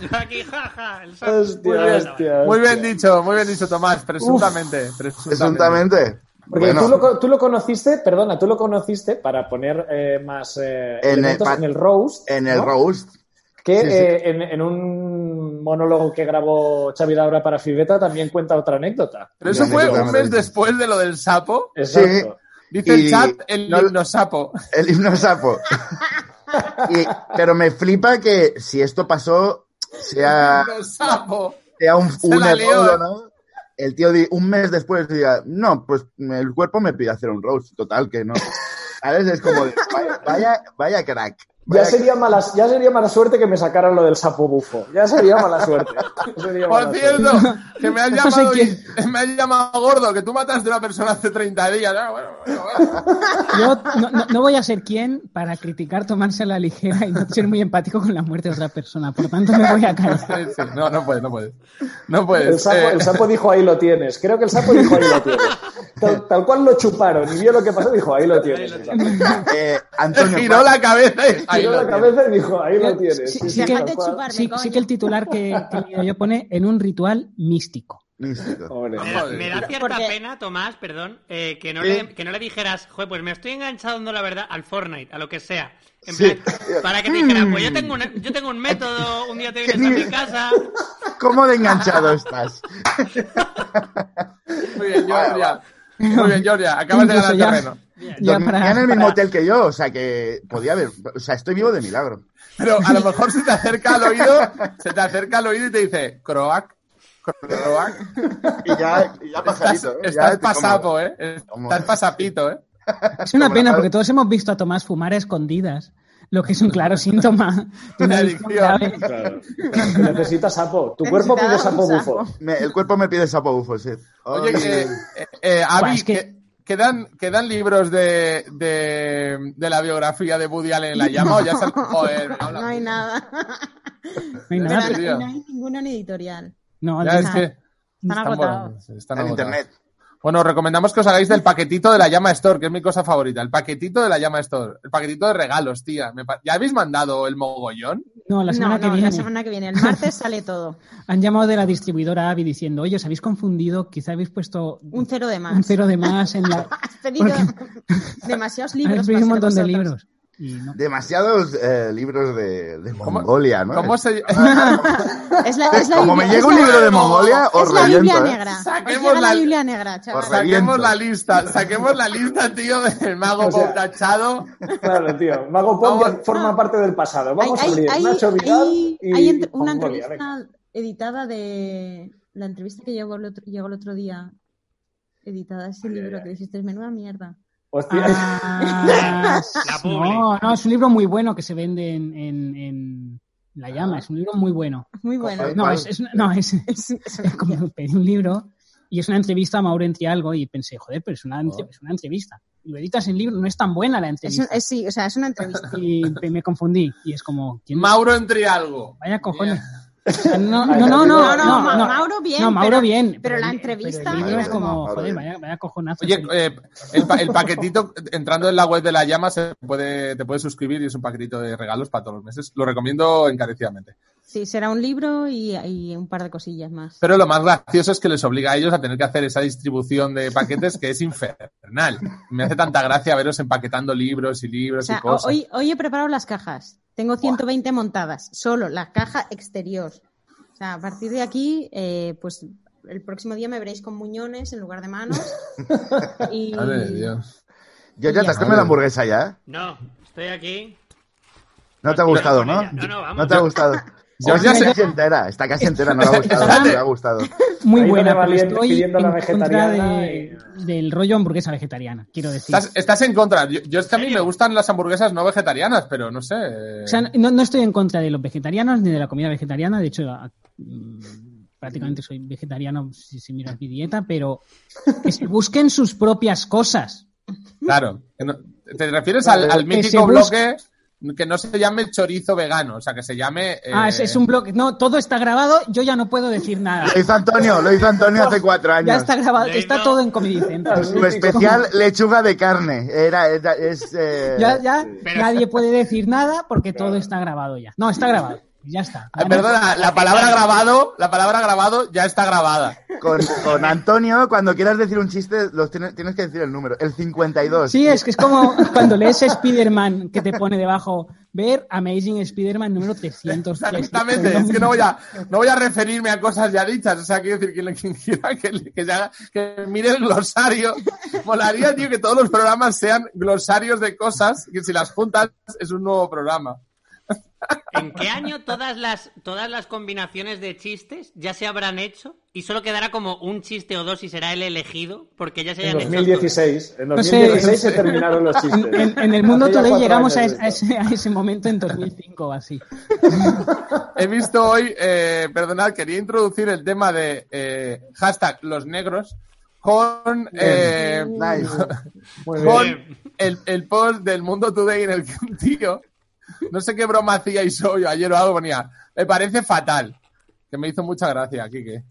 S2: Yo aquí, jaja, el sapo.
S3: Hostia,
S2: Bueno, vale.
S3: hostia,
S1: Muy bien
S3: hostia.
S1: dicho, muy bien dicho, Tomás, presuntamente. presuntamente.
S4: presuntamente.
S3: Porque
S4: Bueno,
S3: tú, lo, co- tú lo conociste, perdona, tú lo conociste para poner eh, más eh,
S4: En el
S3: elementos
S4: pa-
S3: en el roast.
S4: en el
S3: ¿no?
S4: roast.
S3: Que
S4: sí, sí.
S3: eh, en, en un monólogo que grabó Xavi Laura para Fibeta también cuenta otra anécdota.
S1: Pero eso
S4: Ya,
S1: fue
S4: anécdota
S1: un mes
S4: maravillosa.
S1: después de lo del sapo.
S3: Exacto.
S1: Dice el
S4: Y-
S1: chat el
S4: no-
S1: himno sapo.
S4: El himno sapo. Y- pero me flipa que si esto pasó, sea,
S1: El himno sapo.
S4: sea un,
S1: Se
S4: un
S1: la lió.
S4: error, ¿no? El tío di- un mes después diga, no, pues el cuerpo me pide hacer un roast, total, que no. ¿Sabes? Es como, de, vaya, vaya, vaya crack.
S3: Ya
S4: Vaya
S3: sería, mala, ya sería mala suerte que me sacaran lo del sapo bufo. Ya sería mala suerte. Ya sería mala
S1: Por cierto,
S3: suerte.
S1: que me has
S5: Esto sé
S1: llamado,
S5: quién.
S1: y- me has llamado gordo, que tú mataste a una persona hace 30 días. Ah, bueno, bueno, bueno.
S5: Yo no, no- no voy a ser quien para criticar tomarse a la ligera y no ser muy empático con la muerte de otra persona. Por tanto, me voy a callar.
S1: Sí, sí, No, no puedes, no puedes. No puedes.
S3: El sapo,
S1: eh.
S3: el sapo dijo, ahí lo tienes. Creo que el sapo dijo, ahí lo tienes. Tal, tal cual lo chuparon y vio lo que pasó, dijo, ahí lo tienes.
S2: lo
S4: crack. Eh, Antonio,
S1: giró la cabeza y ahí
S3: Tiró
S1: lo
S3: la
S1: tienes.
S3: cabeza y dijo, ahí lo tienes.
S5: Sí,
S3: Sí,
S5: sí
S3: sí,
S5: que-
S3: tal cual.
S6: Chuparme,
S5: Sí,
S6: coño.
S5: sí que el titular que, que yo pone en un ritual místico.
S4: místico.
S3: Hombre.
S2: Me da, me da cierta
S6: Porque-
S2: pena, Tomás, perdón, eh, que, no
S4: Sí.
S2: le, que no le dijeras, joder, pues me estoy enganchando, la verdad, al Fortnite, a lo que sea. En
S4: Sí.
S2: plan, para que te dijera, pues yo tengo, un, yo tengo un método, un día te
S4: ¿Qué
S2: vienes a mi
S4: dices?
S2: casa.
S4: ¿Cómo de enganchado estás?
S1: Muy bien, Georgia. Muy bien, Georgia. Acabas de ganar
S5: Incluso ya-
S1: terreno.
S5: ya
S4: Dormía
S5: para-
S4: en el mismo
S5: para-
S4: hotel que yo, o sea que podía haber, o sea, estoy vivo de milagro.
S1: Pero a lo mejor se te acerca al oído, se te acerca al oído y te dice, Croac, Croac.
S4: Y ya, y ya
S1: Estás,
S4: pajarito. ¿eh? Ya
S1: estás
S4: te como-
S1: pasapo, ¿eh? Estás
S4: Cómodo.
S1: pasapito, ¿eh?
S5: Es una
S4: Como la
S5: pena
S4: madre.
S5: porque todos hemos visto a Tomás fumar a escondidas, lo que es un claro síntoma de una
S1: Una
S5: adicción
S1: adicción.
S5: grave.
S3: Claro. Te Necesitas sapo. Tu cuerpo pide
S6: Necesitaba
S3: sapo
S6: un sapo.
S3: bufo.
S4: Me- el cuerpo me pide sapo bufo, sí.
S1: Oye,
S4: Ay,
S1: que, eh, eh, Avi,
S5: Buah, es que-
S1: que- ¿quedan, quedan libros de, de, de la biografía de Woody Allen en la llama o ya se han- Joder, habla.
S6: No hay nada.
S5: No hay
S6: Pero
S5: nada.
S1: Espérate, tío.
S6: no, no hay ninguna en editorial.
S5: No,
S1: Ya
S5: no.
S1: es que
S6: Están
S1: están
S6: agotados.
S1: vol-
S4: está
S1: están
S4: en
S1: agotados.
S4: internet.
S1: Bueno, os recomendamos que os hagáis del paquetito de la llama Store, que es mi cosa favorita. El paquetito de la llama Store. El paquetito de regalos, tía. Me pa- ¿Ya habéis mandado el mogollón?
S5: No, la semana
S6: no,
S5: que
S6: no,
S5: viene
S6: la semana que viene. El martes sale todo.
S5: han llamado de la distribuidora Avi diciendo, oye, os habéis confundido, quizá habéis puesto
S6: Un cero de más. Ah,
S5: un cero de más en la...
S6: Has pedido
S5: Porque-
S6: demasiados libros.
S5: habéis pedido un
S6: para
S5: montón
S6: ser
S5: de
S6: vosotros.
S5: libros. Y no.
S4: Demasiados eh, libros de, de
S1: ¿Cómo-
S4: Mongolia, ¿no?
S1: ¿Cómo se.?
S3: Ah,
S6: Es la,
S4: Es
S6: es la
S4: como me llega
S6: Biblia- es
S4: un
S6: la-
S4: libro de Mongolia, os
S6: Es la Biblia
S4: reviento. ¿eh?
S6: negra.
S1: Saquemos
S6: Os llega
S1: la-
S6: la Biblia negra,
S4: Os
S6: chaval.
S4: reviento.
S1: Saquemos la lista, saquemos la lista, tío, del mago
S3: O sea-
S1: Bob tachado.
S3: Claro, tío. Mago Pop ya
S1: Vamos.
S6: Ah.
S3: forma parte del pasado. Vamos a abrir Nacho Vidal
S6: hay-
S3: y
S6: hay entre- una
S3: Mongolia, venga.
S6: entrevista editada de la entrevista que llegó el otro, llegó el otro día editada ese libro
S3: ay.
S6: que dijiste menuda mierda
S3: Hostia.
S5: Ah,
S2: La publi.
S5: no, no, es un libro muy bueno que se vende en, en- en La Llama. Es un libro muy bueno.
S6: muy bueno
S4: Tal
S5: No,
S4: cual.
S5: es, es una- no, es,
S6: Es- es-
S5: es como pedí un libro y es una entrevista a Maureen Trialgo y pensé, joder, pero es una, entre- es una entrevista. Y lo editas en libro, no es tan buena la
S6: es
S5: entrevista.
S6: un- es- sí o sea es una entrevista
S5: Y pe- me confundí. Y es como, ¿quién
S1: Mauro en Trialgo.
S5: Vaya cojones.
S1: Mira.
S5: O sea, No,
S3: Ay,
S5: no, no, no,
S3: David, no,
S5: no,
S6: no,
S5: no,
S6: Ma- Mauro bien,
S5: No, Mauro
S6: pero-
S5: bien.
S6: pero la
S5: el-
S6: entrevista
S5: pero el libro
S4: era
S5: es como,
S4: como-
S5: joder, vaya, vaya cojonazo.
S1: Oye, eh, el, pa- el paquetito, entrando en la web de la llama, se puede, te puedes suscribir y es un paquetito de regalos para todos los meses. Lo recomiendo encarecidamente.
S6: sí será un libro y, y un par de cosillas más
S1: Pero lo más gracioso es que les obliga a ellos a tener que hacer esa distribución de paquetes que es infernal. Me hace tanta gracia veros empaquetando libros y
S6: o
S1: libros y
S6: sea,
S1: cosas.
S6: hoy, hoy he preparado las cajas tengo 120 montadas solo la caja exterior o sea a partir de aquí eh, pues el próximo día me veréis con muñones en lugar de manos y
S1: Madre de Dios.
S4: Yo ya atascame la hamburguesa ya.
S2: No, estoy aquí.
S4: No te ha
S2: No,
S4: gustado,
S2: no,
S4: ¿no?
S2: no, no, vamos.
S4: No te ha gustado. Pues
S1: Yo
S4: Está
S1: ya sé-
S4: casi entera, está casi entera, no le ha gustado, no le ha gustado.
S5: Muy
S3: Ahí
S5: buena,
S3: viene
S5: pero
S3: Valiente
S5: estoy en
S3: pidiendo la
S5: contra
S3: vegetariana
S5: de- del rollo hamburguesa vegetariana, quiero decir.
S1: Estás, estás en contra. Yo, yo es que a mí
S2: ¿En serio?
S1: me gustan las hamburguesas no vegetarianas, pero no sé.
S5: O sea, no, no estoy en contra de los vegetarianos ni de la comida vegetariana, de hecho, a- mm, prácticamente soy vegetariano si, si miras mi dieta, pero que se busquen sus propias cosas.
S1: Claro. que no- Te refieres al, al
S5: Que se
S1: mítico
S5: busque-
S1: bloque que no se llame chorizo vegano, o sea, que se llame. eh,
S5: Ah, es, es un blog. No, todo está grabado, yo ya no puedo decir nada.
S4: Lo hizo Antonio, lo hizo Antonio hace cuatro años.
S5: Ya está grabado,
S2: Ya
S5: está
S2: no.
S5: todo en Comedy Central.
S4: Su especial lechuga de carne. Era, era- es, eh,
S5: Ya, ya
S2: Pero-
S5: nadie puede decir nada porque todo está grabado ya. No, está grabado. Ya está.
S1: ah, Perdona, la palabra grabado, la palabra grabado ya está grabada.
S4: Con, con Antonio, cuando quieras decir un chiste, los tienes, tienes que decir el número. El 52.
S5: Sí, es que es como cuando lees Spider-Man que te pone debajo ver Amazing Spider-Man número 303.
S1: Exactamente, es que no voy, a, no voy a referirme a cosas ya dichas, o sea, quiero decir, quien, quien quiera que, le- que, se haga- que mire el glosario, molaría, tío, que todos los programas sean glosarios de cosas, que si las juntas es un nuevo programa.
S2: ¿En qué año todas las, todas las combinaciones de chistes ya se habrán hecho? Y solo quedará como un chiste o dos y será el elegido porque ya se
S3: En
S2: hayan hecho.
S3: 2016, en
S5: No sé.
S3: 2016 se terminaron los chistes.
S5: En, en- en el mundo
S3: Hace ya
S5: today
S3: cuatro
S5: llegamos a,
S3: años
S5: es- a
S3: de esto.
S5: ese, a ese momento en 2005 o así.
S1: He visto hoy, eh, perdonad, quería introducir el tema de eh, hashtag los negros con, eh,
S4: Nice.
S3: Muy bien.
S1: con el, el post del Mundo Today en el que un tío, no sé qué broma hacía y soy yo ayer o algo, ponía, me parece fatal, que me hizo mucha gracia, Kike.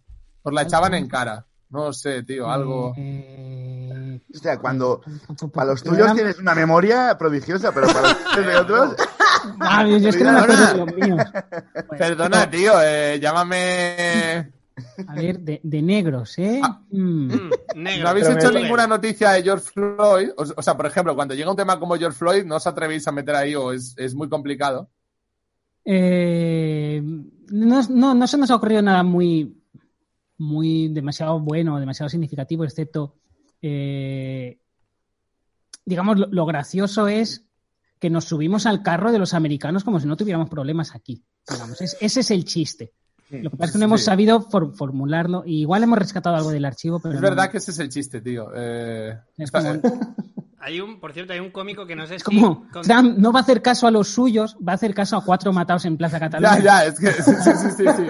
S1: Os la echaban en cara. No sé, tío, algo.
S5: Mm, Eh,
S4: O sea, cuando para los tuyos tienes una memoria prodigiosa, pero para los chistes de otros,
S5: Ah, yo es que no me acuerdo de los míos. Bueno,
S1: Perdona, tío, eh, llámame.
S5: A ver, de, de negros, ¿eh? Mm.
S2: Mm, negro.
S1: No habéis
S3: Tremendo.
S1: hecho ninguna noticia de George Floyd. O, o sea, por ejemplo, cuando llega un tema como George Floyd, no os atrevéis a meter ahí o es, es muy complicado.
S5: Eh, no, no, no se nos ha ocurrido nada muy, muy demasiado bueno, demasiado significativo, excepto, eh, digamos, lo, lo gracioso es que nos subimos al carro de los americanos como si no tuviéramos problemas aquí. digamos. Es- ese es el chiste. Lo que pasa es que no hemos
S1: Sí.
S5: sabido for- formularlo. y igual hemos rescatado algo del archivo, pero
S1: Es
S5: no-
S1: verdad que ese es el chiste, tío. Eh,
S5: es
S1: está-
S5: como,
S2: Hay un, por cierto, hay un cómico que no sé
S5: es
S2: si.
S5: como,
S2: con-
S5: Trump no va a hacer caso a los suyos, va a hacer caso a cuatro matados en Plaza Cataluña.
S1: Ya, ya, es que. Sí, sí, sí, sí, sí.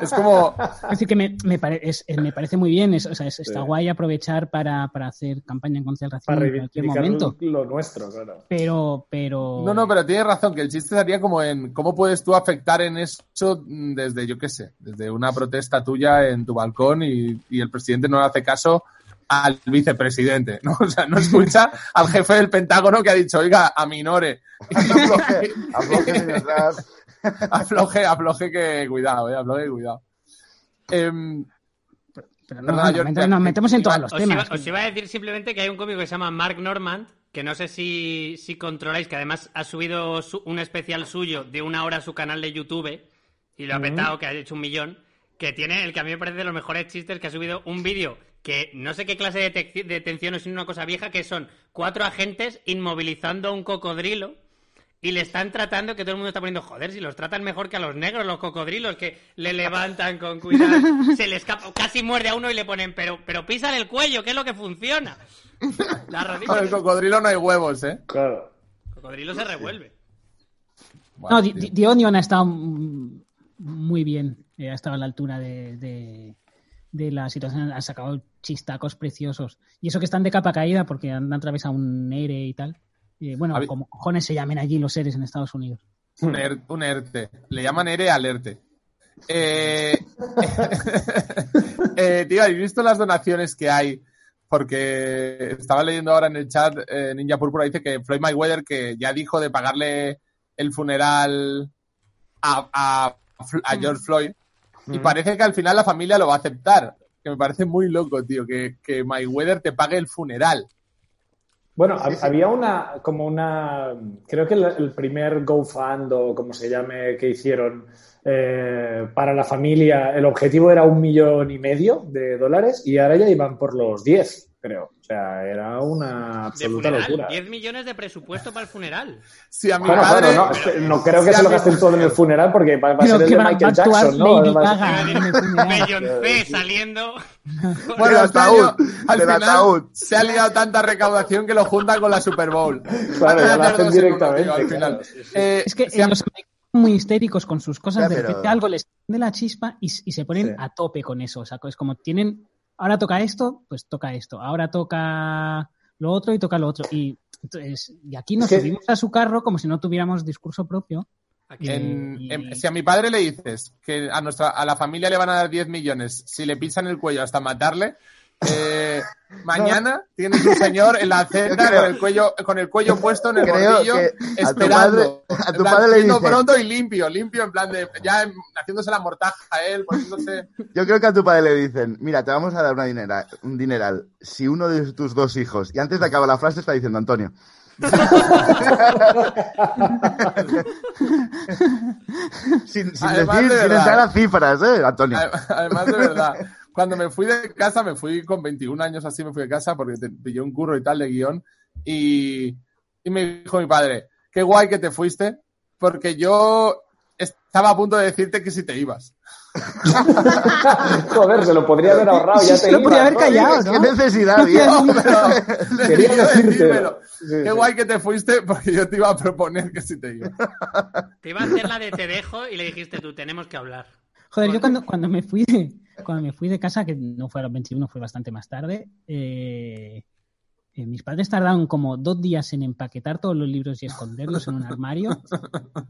S1: Es como.
S5: Es decir, que me, me, pare- es- eh, me parece muy bien, es- o sea, es- está guay aprovechar para, para hacer campaña en contra del racismo
S3: Para
S5: en cualquier
S3: reivindicar
S5: momento,
S3: lo nuestro, claro.
S5: pero... pero
S1: No, no, pero tienes razón, que el chiste sería como en cómo puedes tú afectar en eso mm, desde, yo qué sé, desde una protesta tuya en tu balcón y, y el presidente no le hace caso al vicepresidente, ¿no? O sea, no escucha al jefe del Pentágono que ha dicho, oiga, a minore,
S4: afloje, afloje, señor Trump.
S1: afloje, afloje que cuidado, eh, afloje que cuidado. Em,
S5: pero no,
S1: perdona,
S5: no,
S1: yo-
S5: nos metemos en todos los
S2: Os iba,
S5: temas.
S2: os iba a decir simplemente que hay un cómico que se llama Mark Normand que no sé si, si controláis, que además ha subido su- un especial suyo de una hora a su canal de YouTube y
S5: Mm.
S2: lo ha petado, que ha hecho un millón, que tiene el que a mí me parece de los mejores chistes, que ha subido un vídeo que no sé qué clase de, tec- de tensión es una cosa vieja, que son cuatro agentes inmovilizando a un cocodrilo y le están tratando, que todo el mundo está poniendo, joder, si los tratan mejor que a los negros, los cocodrilos, que le levantan con cuidado, se le escapa, casi muerde a uno y le ponen, pero, pero písale el cuello, que es lo que funciona. La rodilla-
S1: Con el cocodrilo no hay huevos, ¿eh?
S3: Claro.
S2: Cocodrilo se revuelve.
S5: no,
S1: Bueno,
S5: Di-
S1: tío.
S5: Di- Dionion ha estado mm, muy bien. eh, ha estado a la altura de, de- de la situación. Ha sacado chistacos preciosos. Y eso que están de capa caída porque han atravesado un ERE y tal. Eh, bueno,
S1: Habéis-
S5: como cojones se llamen allí los seres en Estados Unidos.
S1: Un, er- un ERTE. Le llaman ERE al ERTE. Eh, eh, tío, ¿habéis visto las donaciones que hay? Porque estaba leyendo ahora en el chat, eh, Ninja Púrpura dice que Floyd Mayweather, que ya dijo de pagarle el funeral a, a Fl- a George Floyd,
S5: Mm.
S3: Mm.
S1: y parece que al final la familia lo va a aceptar. Que me parece muy loco, tío, que, que Mayweather te pague el funeral.
S3: Bueno, hab- había una, como una, creo que el, el primer GoFund o como se llame que hicieron eh, para la familia, el objetivo era un millón y medio de dólares y ahora ya iban por los 10, creo. O sea, era una
S2: De
S3: absoluta
S2: funeral,
S3: locura.
S2: 10 millones de presupuesto para el funeral.
S1: Si a mi
S3: Bueno,
S1: madre.
S3: bueno, no, este- no creo que
S1: Sí,
S3: se lo
S1: a mí-
S3: gasten todo en el funeral porque va, va a
S5: Creo
S3: ser el
S5: que
S3: de
S5: va- va a
S3: Michael
S5: actuar
S3: Jackon, ¿no?
S5: Lady
S3: Va a ser-
S5: Gaga. Ah, en el funeral.
S2: Beyoncé saliendo.
S1: Bueno,
S4: Del
S1: este
S4: ataúd,
S1: año, al
S4: del
S1: final,
S4: ataúd.
S1: se ha liado tanta recaudación que lo juntan con la Super Bowl.
S3: Claro, ya lo
S1: Hacer
S3: hacen
S1: dos en uno,
S3: directamente,
S1: tío, al
S3: claro,
S1: final.
S3: sí, sí.
S1: Eh,
S5: Es que eh,
S1: se ha-
S5: los americanos son muy histéricos con sus cosas,
S4: Ya,
S5: de
S4: pero-
S5: repente algo les de la chispa y, s- y se ponen
S3: Sí.
S5: a tope con eso. O sea, es como tienen, ahora toca esto, pues toca esto, ahora toca lo otro y toca lo otro. Y, entonces, y aquí nos
S3: Es que-
S5: subimos a su carro como si no tuviéramos discurso propio.
S2: Aquí.
S1: en-
S5: Y-
S1: en- si a mi padre le dices que a, nuestra, a la familia le van a dar 10 millones si le pisan el cuello hasta matarle, eh, mañana tienes un señor en la celda
S4: creo-
S1: con el cuello, con el cuello puesto en el
S4: creo
S1: bordillo,
S4: que a tu
S1: esperando.
S4: padre- a tu
S1: En plan,
S4: padre le
S1: siendo
S4: dices-
S1: pronto y limpio, limpio, en plan de. Ya em, haciéndose la mortaja a él, poniéndose.
S4: Yo creo que a tu padre le dicen, mira, te vamos a dar una dinera, un dineral si uno de tus dos hijos, y antes de acabar la frase está diciendo Antonio, sin, sin
S1: Además,
S4: decir,
S1: de
S4: sin
S1: verdad.
S4: entrar a cifras, ¿eh? Antonio.
S1: Adem- Además, de verdad, cuando me fui de casa, me fui con 21 años así, me fui de casa porque te pillé un curro y tal de guión. Y, y me dijo mi padre, qué guay que te fuiste, porque yo estaba a punto de decirte que si te ibas.
S3: Joder, se lo podría haber ahorrado, ya
S5: Sí,
S3: te
S5: se lo
S3: iba,
S5: podría haber
S3: ¿no?
S5: callado,
S4: ¿Qué
S5: ¿no?
S4: necesidad,
S1: No,
S4: viejo?
S1: pero
S3: Quería
S1: decidió
S3: decírtelo.
S1: decírmelo.
S3: Sí,
S1: Qué
S3: sí.
S1: guay que te fuiste porque yo te iba a proponer que si te ibas.
S2: Te iba a hacer la de te dejo y le dijiste tú, tenemos que hablar.
S5: Joder, yo cuando, cuando me fui de, cuando me fui de casa, que no fue a los 21, fue bastante más tarde, eh, eh, mis padres tardaron como dos días en empaquetar todos los libros y esconderlos en un armario.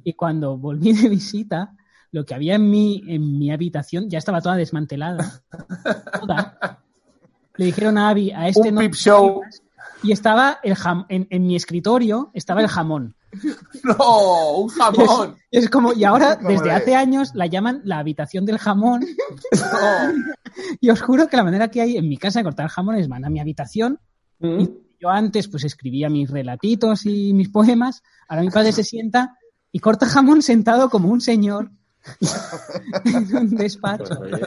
S5: Y cuando volví de visita, lo que había en mi, en mi habitación ya estaba toda desmantelada. Toda. Le dijeron a Abby, a este
S1: Un
S5: no.
S1: peep show.
S5: Y estaba el jam- en, en mi escritorio estaba el jamón.
S1: No, un jamón.
S5: Es, es como, y ahora,
S4: Como
S5: desde
S4: de-
S5: hace años, la llaman la habitación del jamón.
S1: No.
S5: Y os juro que la manera que hay en mi casa de cortar jamón es van a mi habitación.
S3: Mm.
S5: Yo antes pues escribía mis relatitos y mis poemas. Ahora mi padre se sienta y corta jamón sentado como un señor en un despacho.
S1: Pues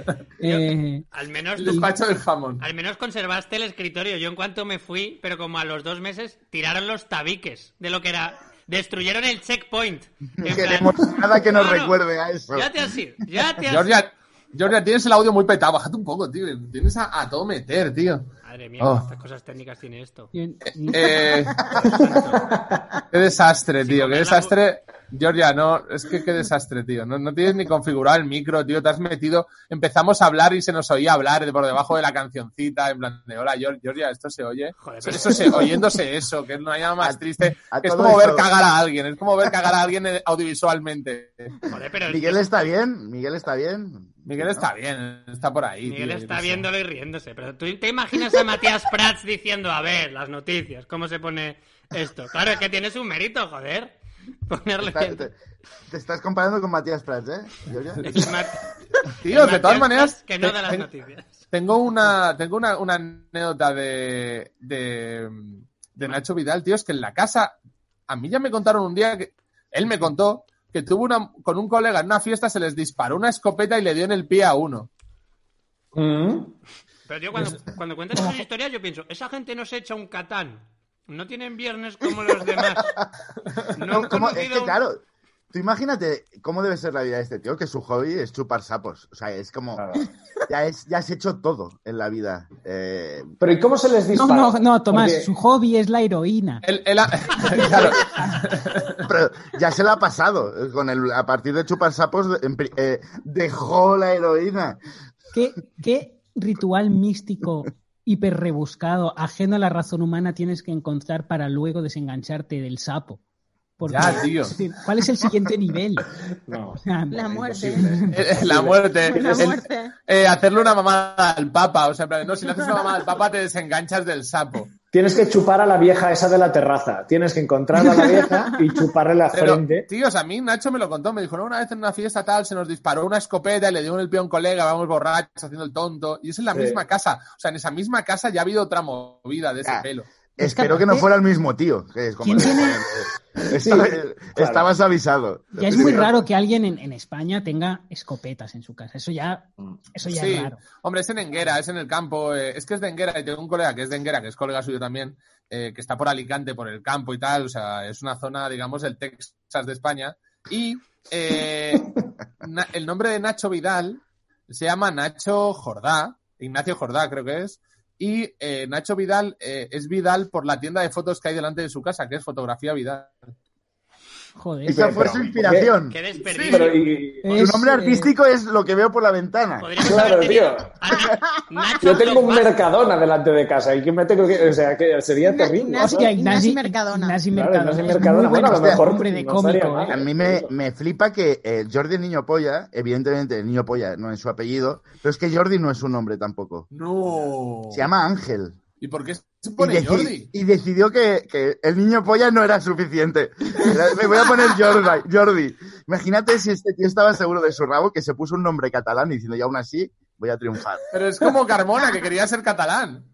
S5: Eh,
S2: Al menos,
S1: El
S2: tú-
S1: despacho del jamón.
S2: al menos conservaste el escritorio. Yo en cuanto me fui, pero como a los dos meses, tiraron los tabiques de lo que era. Destruyeron el checkpoint. En
S4: No
S2: plan,
S4: queremos nada que nos
S2: no, no,
S4: recuerde a eso.
S2: Ya te has ido, ya te has
S1: Georgia, Georgia, tienes el audio muy petado. Bájate un poco, tío. Tienes a, a todo meter, tío.
S2: Madre mía,
S1: Oh.
S2: cuántas cosas técnicas tiene esto.
S5: bien.
S1: Eh, qué desastre, tío. Qué
S2: comer la-
S1: desastre. Georgia, no, es que qué desastre, tío. No, no tienes ni configurado el micro, tío. Te has metido. Empezamos a hablar y se nos oía hablar de por debajo de la cancioncita. En plan, de hola, Geor- Georgia, esto se oye.
S2: Joder, pero-
S1: eso se, oyéndose eso, que no hay nada más
S4: A-
S1: triste.
S4: a
S1: que es
S4: todo
S1: como ver
S4: esto-
S1: cagar a alguien. Es como ver cagar a alguien eh, audiovisualmente.
S2: Joder, pero
S4: Miguel está bien, Miguel está bien.
S1: Miguel está bien, está por ahí.
S2: Miguel
S1: tío, yo
S2: está
S1: qué sé.
S2: viéndolo y riéndose, pero tú te imaginas a Matías Prats diciendo, a ver, las noticias, cómo se pone esto. Claro, es que tiene su mérito, joder. Ponerle...
S4: Está- te, te estás comparando con Matías Prats, ¿eh? Giorgio?
S2: Es Mat-
S1: Tío, de
S2: Matías
S1: todas maneras.
S2: Prats Que no
S1: te-
S2: da las
S1: te-
S2: noticias.
S1: Tengo una, tengo una, una anécdota de, de, de Nacho Vidal, tío, es que en la casa, a mí ya me contaron un día que, él me contó que tuvo una, con un colega en una fiesta, se les disparó una escopeta y le dio en el pie a uno.
S3: Mm.
S2: Pero tío, cuando,
S3: Pues,
S2: cuando cuentas esas
S3: eh,
S2: historias, yo pienso, esa gente no se echa un catán. No tienen viernes como los demás. No
S4: No,
S2: han
S4: ¿cómo? Es
S2: conocido
S4: que
S2: un-
S4: claro, tú imagínate cómo debe ser la vida de este tío, que su hobby es chupar sapos. O sea, es como.
S3: Claro.
S4: Ya, es, ya has hecho todo en la vida. Eh,
S3: Pero ¿y cómo se les
S5: No,
S3: dispara?
S5: no, no, Tomás,
S3: Porque-
S5: su hobby es la heroína.
S1: Él, él ha- claro,
S4: pero ya se la ha pasado. eh, Con el, a partir de chupar sapos, en pri- eh, dejó la heroína.
S5: ¿Qué, qué ritual místico hiper rebuscado, ajeno a la razón humana, tienes que encontrar para luego desengancharte del sapo? Porque-
S1: Ya, tío.
S5: es decir, ¿Cuál es el siguiente nivel?
S3: No.
S5: O sea,
S6: La muerte. Pues
S3: imposible.
S1: la muerte.
S6: La
S1: El-
S6: muerte.
S1: eh, hacerle una mamada al papa. O sea, en plan, no, si le haces una mamada al papa, te desenganchas del sapo.
S3: Tienes que chupar a la vieja esa de la terraza. Tienes que encontrar a la vieja y chuparle la
S1: Pero,
S3: frente.
S1: tíos, a mí Nacho me lo contó, me dijo, no, una vez en una fiesta tal, se nos disparó una escopeta y le dio en el pie a un colega, vamos borrachos, haciendo el tonto. Y es en la
S3: Sí.
S1: misma casa. O sea, en esa misma casa ya ha habido otra movida de ese
S4: Ah.
S1: pelo.
S5: Es que
S4: Espero que no
S5: aparte-
S4: fuera el mismo tío. Que es como
S5: ¿Quién
S4: de- eh,
S5: tiene-
S4: Estaba-
S3: Sí, claro.
S4: Estabas avisado.
S5: Ya es muy raro que alguien en, en España tenga escopetas en su casa. Eso ya,
S3: Mm.
S5: eso ya
S1: Sí,
S5: es raro.
S1: hombre, es en Enguera, es en el campo, eh, es que es de Enguera y tengo un colega que es de Enguera, que es colega suyo también, eh, que está por Alicante, por el campo y tal, o sea, es una zona, digamos, del Texas de España. Y eh, na- el nombre de Nacho Vidal se llama Nacho Jordá, Ignacio Jordá creo que es, y eh, Nacho Vidal eh, es Vidal por la tienda de fotos que hay delante de su casa, que es Fotografía Vidal.
S5: Joder.
S4: Esa fue
S3: Pero, ¿por
S4: su
S3: qué?
S4: inspiración.
S2: Qué desperdicio.
S3: Pero y-
S4: Su
S5: Es,
S4: nombre
S5: eh,
S4: artístico es lo que veo por la ventana.
S2: Podríamos
S3: Claro,
S2: haber tenido
S3: tío.
S2: a Na- Nacho
S3: yo tengo un
S2: Autobahn.
S3: mercadona delante de casa y que me tengo que. O sea, que sería
S6: Ignacio-
S3: terrible. ¿no?
S5: Hostia, Ignasi
S6: Ignasi Mercadona.
S5: Ignasi
S3: Claro,
S5: Mercadona.
S3: Ignasi
S5: es
S3: Mercadona.
S5: muy
S3: Bueno, a lo
S5: bueno,
S3: mejor
S5: hombre de
S3: no estaría
S5: cómico,
S3: mal.
S5: ¿eh?
S4: A mí me, me flipa que eh, Jordi el Niño Polla, evidentemente el Niño Polla no es su apellido, pero es que Jordi no es su nombre tampoco.
S1: No.
S4: Se llama Ángel.
S1: ¿Y por qué se
S4: Y,
S1: pone
S4: deci-
S1: Jordi?
S4: y decidió que, que el Niño Polla no era suficiente. Era- Me voy a poner Jordi, Jordi. Imagínate si este tío estaba seguro de su rabo que se puso un nombre catalán diciendo, y aún así voy a triunfar.
S1: Pero es como Carmona, que quería ser catalán.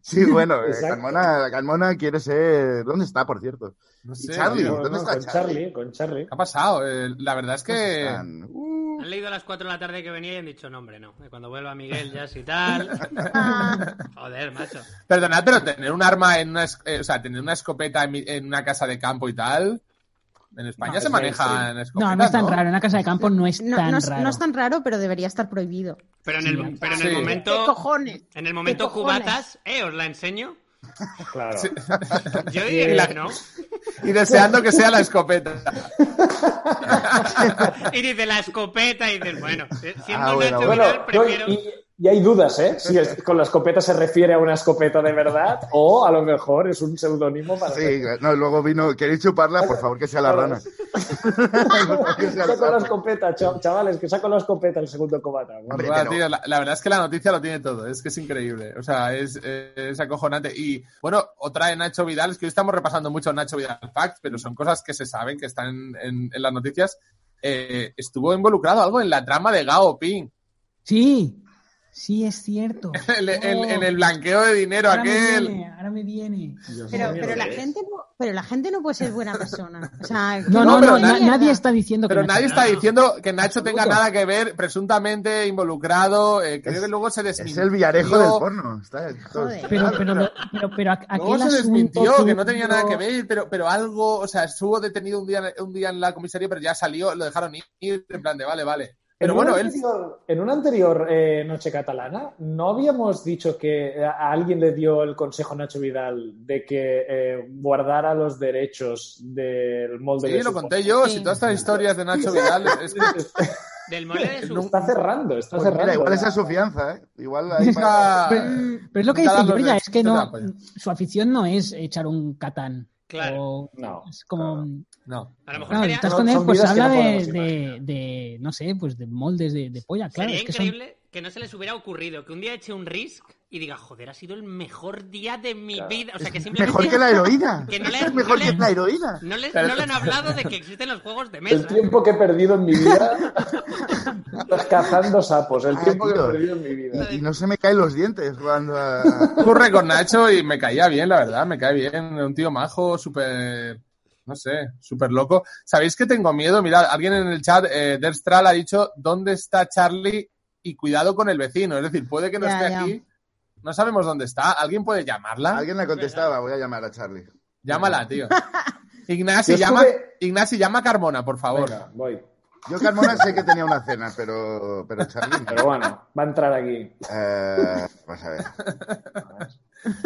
S4: Sí, bueno, eh,
S3: Exacto.
S4: Carmona, Carmona quiere ser... ¿Dónde está, por cierto?
S1: No
S4: Y
S1: sé,
S4: Charlie,
S1: tío.
S4: ¿dónde está
S3: con Charlie? Con Charlie.
S1: ¿Qué ha pasado? Eh, la verdad es que.
S4: Pues Están-
S2: Han leído a las 4 de la tarde que venía y han dicho, no, hombre, no. Cuando vuelva Miguel ya y tal.
S6: Ah,
S2: Joder, macho.
S1: Perdonad, pero tener un arma en una. es- eh, o sea, tener una escopeta en, mi- en una casa de campo y tal. En España
S3: No,
S1: se
S3: es
S1: manejan
S3: mainstream.
S1: escopetas.
S5: No, no es tan raro. En la casa de campo no es
S6: no,
S5: tan
S6: no es-
S5: raro.
S6: no es tan raro, pero debería estar prohibido.
S2: Pero en
S5: Sí.
S2: el, pero en
S1: Sí.
S2: el
S6: ¿Qué
S2: momento.
S6: cojones?
S2: En el momento
S6: ¿Qué cojones?
S2: cubatas, eh, os la enseño.
S4: Ah,
S3: Claro.
S2: Yo diría que
S1: la-
S2: no.
S1: Y deseando que sea la escopeta.
S2: Y dice la escopeta y dices, bueno, eh, siendo
S4: Ah, bueno,
S2: Nacho
S3: Bueno,
S2: Vidal,
S3: no,
S2: prefiero.
S3: y, y hay dudas, ¿eh? Si es- con la escopeta se refiere a una escopeta de verdad o a lo mejor es un seudónimo para.
S4: Sí, no, luego vino, ¿queréis chuparla? Por favor, que sea la
S3: Claro.
S4: rana. Por favor, que sea la
S3: Saco la
S4: rana.
S3: escopeta, chav- chavales, que saco la escopeta el segundo cobata.
S4: Hombre,
S1: Buah,
S4: pero-
S1: tío, la, la verdad es que la noticia lo tiene todo, es que es increíble, o sea, es, eh, es acojonante. Y bueno, otra de Nacho Vidal, es que hoy estamos repasando mucho Nacho Vidal Facts, pero son cosas que se saben, que están en, en- en las noticias. Eh, estuvo involucrado algo en la trama de Gao Ping,
S5: Sí, sí, es cierto.
S1: en, el- en-
S5: Oh,
S1: en el blanqueo de dinero
S5: ahora
S1: aquel.
S5: Me viene, ahora me viene.
S6: Pero, pero, la gente no, pero la gente no puede ser buena persona. O sea,
S1: No,
S5: No, no,
S1: pero
S5: no, na-
S1: nadie-
S5: nadie está diciendo que
S1: Pero
S5: no
S1: nadie
S5: está-
S1: está diciendo que Nacho tenga
S5: Absoluto.
S1: nada que ver, presuntamente involucrado. eh, creo
S4: Es-
S1: que luego se
S4: Es
S1: desmintió.
S4: el villarejo del porno. Está,
S6: Joder.
S5: Pero, pero, lo- pero, pero aqu-
S1: Luego
S5: aquel
S1: se desmintió
S5: asunto
S1: que no tenía nada que
S5: turbio-
S1: ver, pero, pero algo, o sea, estuvo detenido un día, un día en la comisaría, pero ya salió, lo dejaron ir, en plan de vale, vale. Pero
S3: en
S1: bueno,
S3: una
S1: él.
S3: anterior- en una anterior eh, noche catalana, ¿no habíamos dicho que a a alguien le dio el consejo a Nacho Vidal de que eh, guardara los derechos del molde
S1: Sí,
S3: de
S1: lo
S3: su
S1: conté yo,
S6: Sí.
S1: si todas estas historias de Nacho Vidal. Es que
S2: Del mole de
S3: foto.
S2: su.
S3: Está cerrando, está
S4: Pues
S3: cerrando.
S4: mira, igual
S3: la-
S4: esa es su fianza, ¿eh? Igual ahí
S1: nunca-
S5: Pero es lo
S1: Nunca
S5: que dice
S1: dan los
S5: Georgia, es
S1: derechos
S5: que
S1: de
S5: no,
S1: la polla.
S5: su afición no es echar un catán.
S2: Claro.
S5: O-
S3: No.
S5: es como.
S1: No.
S2: A lo mejor
S5: claro,
S2: quería-
S5: estás
S3: No,
S5: con él,
S3: son
S5: pues
S3: vidas que
S5: habla
S3: no
S5: de,
S3: podemos
S5: de, de, no sé, pues de moldes de, de polla, claro.
S2: sería
S5: Es que son,
S2: increíble que no se les hubiera ocurrido que un día eche un risk y diga, joder, ha sido el mejor día de mi
S3: Claro.
S2: vida. O sea, que simplemente.
S4: Mejor que la heroína.
S2: Que no le-
S4: es mejor
S2: no le-
S4: que la heroína.
S2: No, les-
S1: Pero-
S2: no le han hablado de que existen los juegos de
S3: El
S2: mesa.
S3: tiempo que he perdido en mi vida cazando sapos. El
S4: Ah,
S3: tiempo que he
S4: tío.
S3: perdido en mi vida.
S4: Y, y no se me caen los dientes jugando a...
S1: Curre con Nacho y me caía bien, la verdad, me cae bien. Un tío majo, súper, no sé, súper loco. ¿Sabéis que tengo miedo? Mirad, alguien en el chat, eh, Derstral, ha dicho, ¿dónde está Charlie? Y cuidado con el vecino. Es decir, puede que no
S6: Ya,
S1: esté
S6: ya.
S1: aquí. No sabemos dónde está. ¿Alguien puede llamarla?
S4: Alguien la contestaba, voy a llamar a Charlie.
S1: Llámala, tío.
S3: Yo
S1: Ignasi,
S3: estuve-
S1: llama, Ignasi, llama a Carmona, por favor.
S3: Venga, voy.
S4: Yo, Carmona, sé que tenía una cena, pero, pero Charlie... no.
S3: Pero bueno, va a entrar aquí.
S4: Eh, vamos a ver.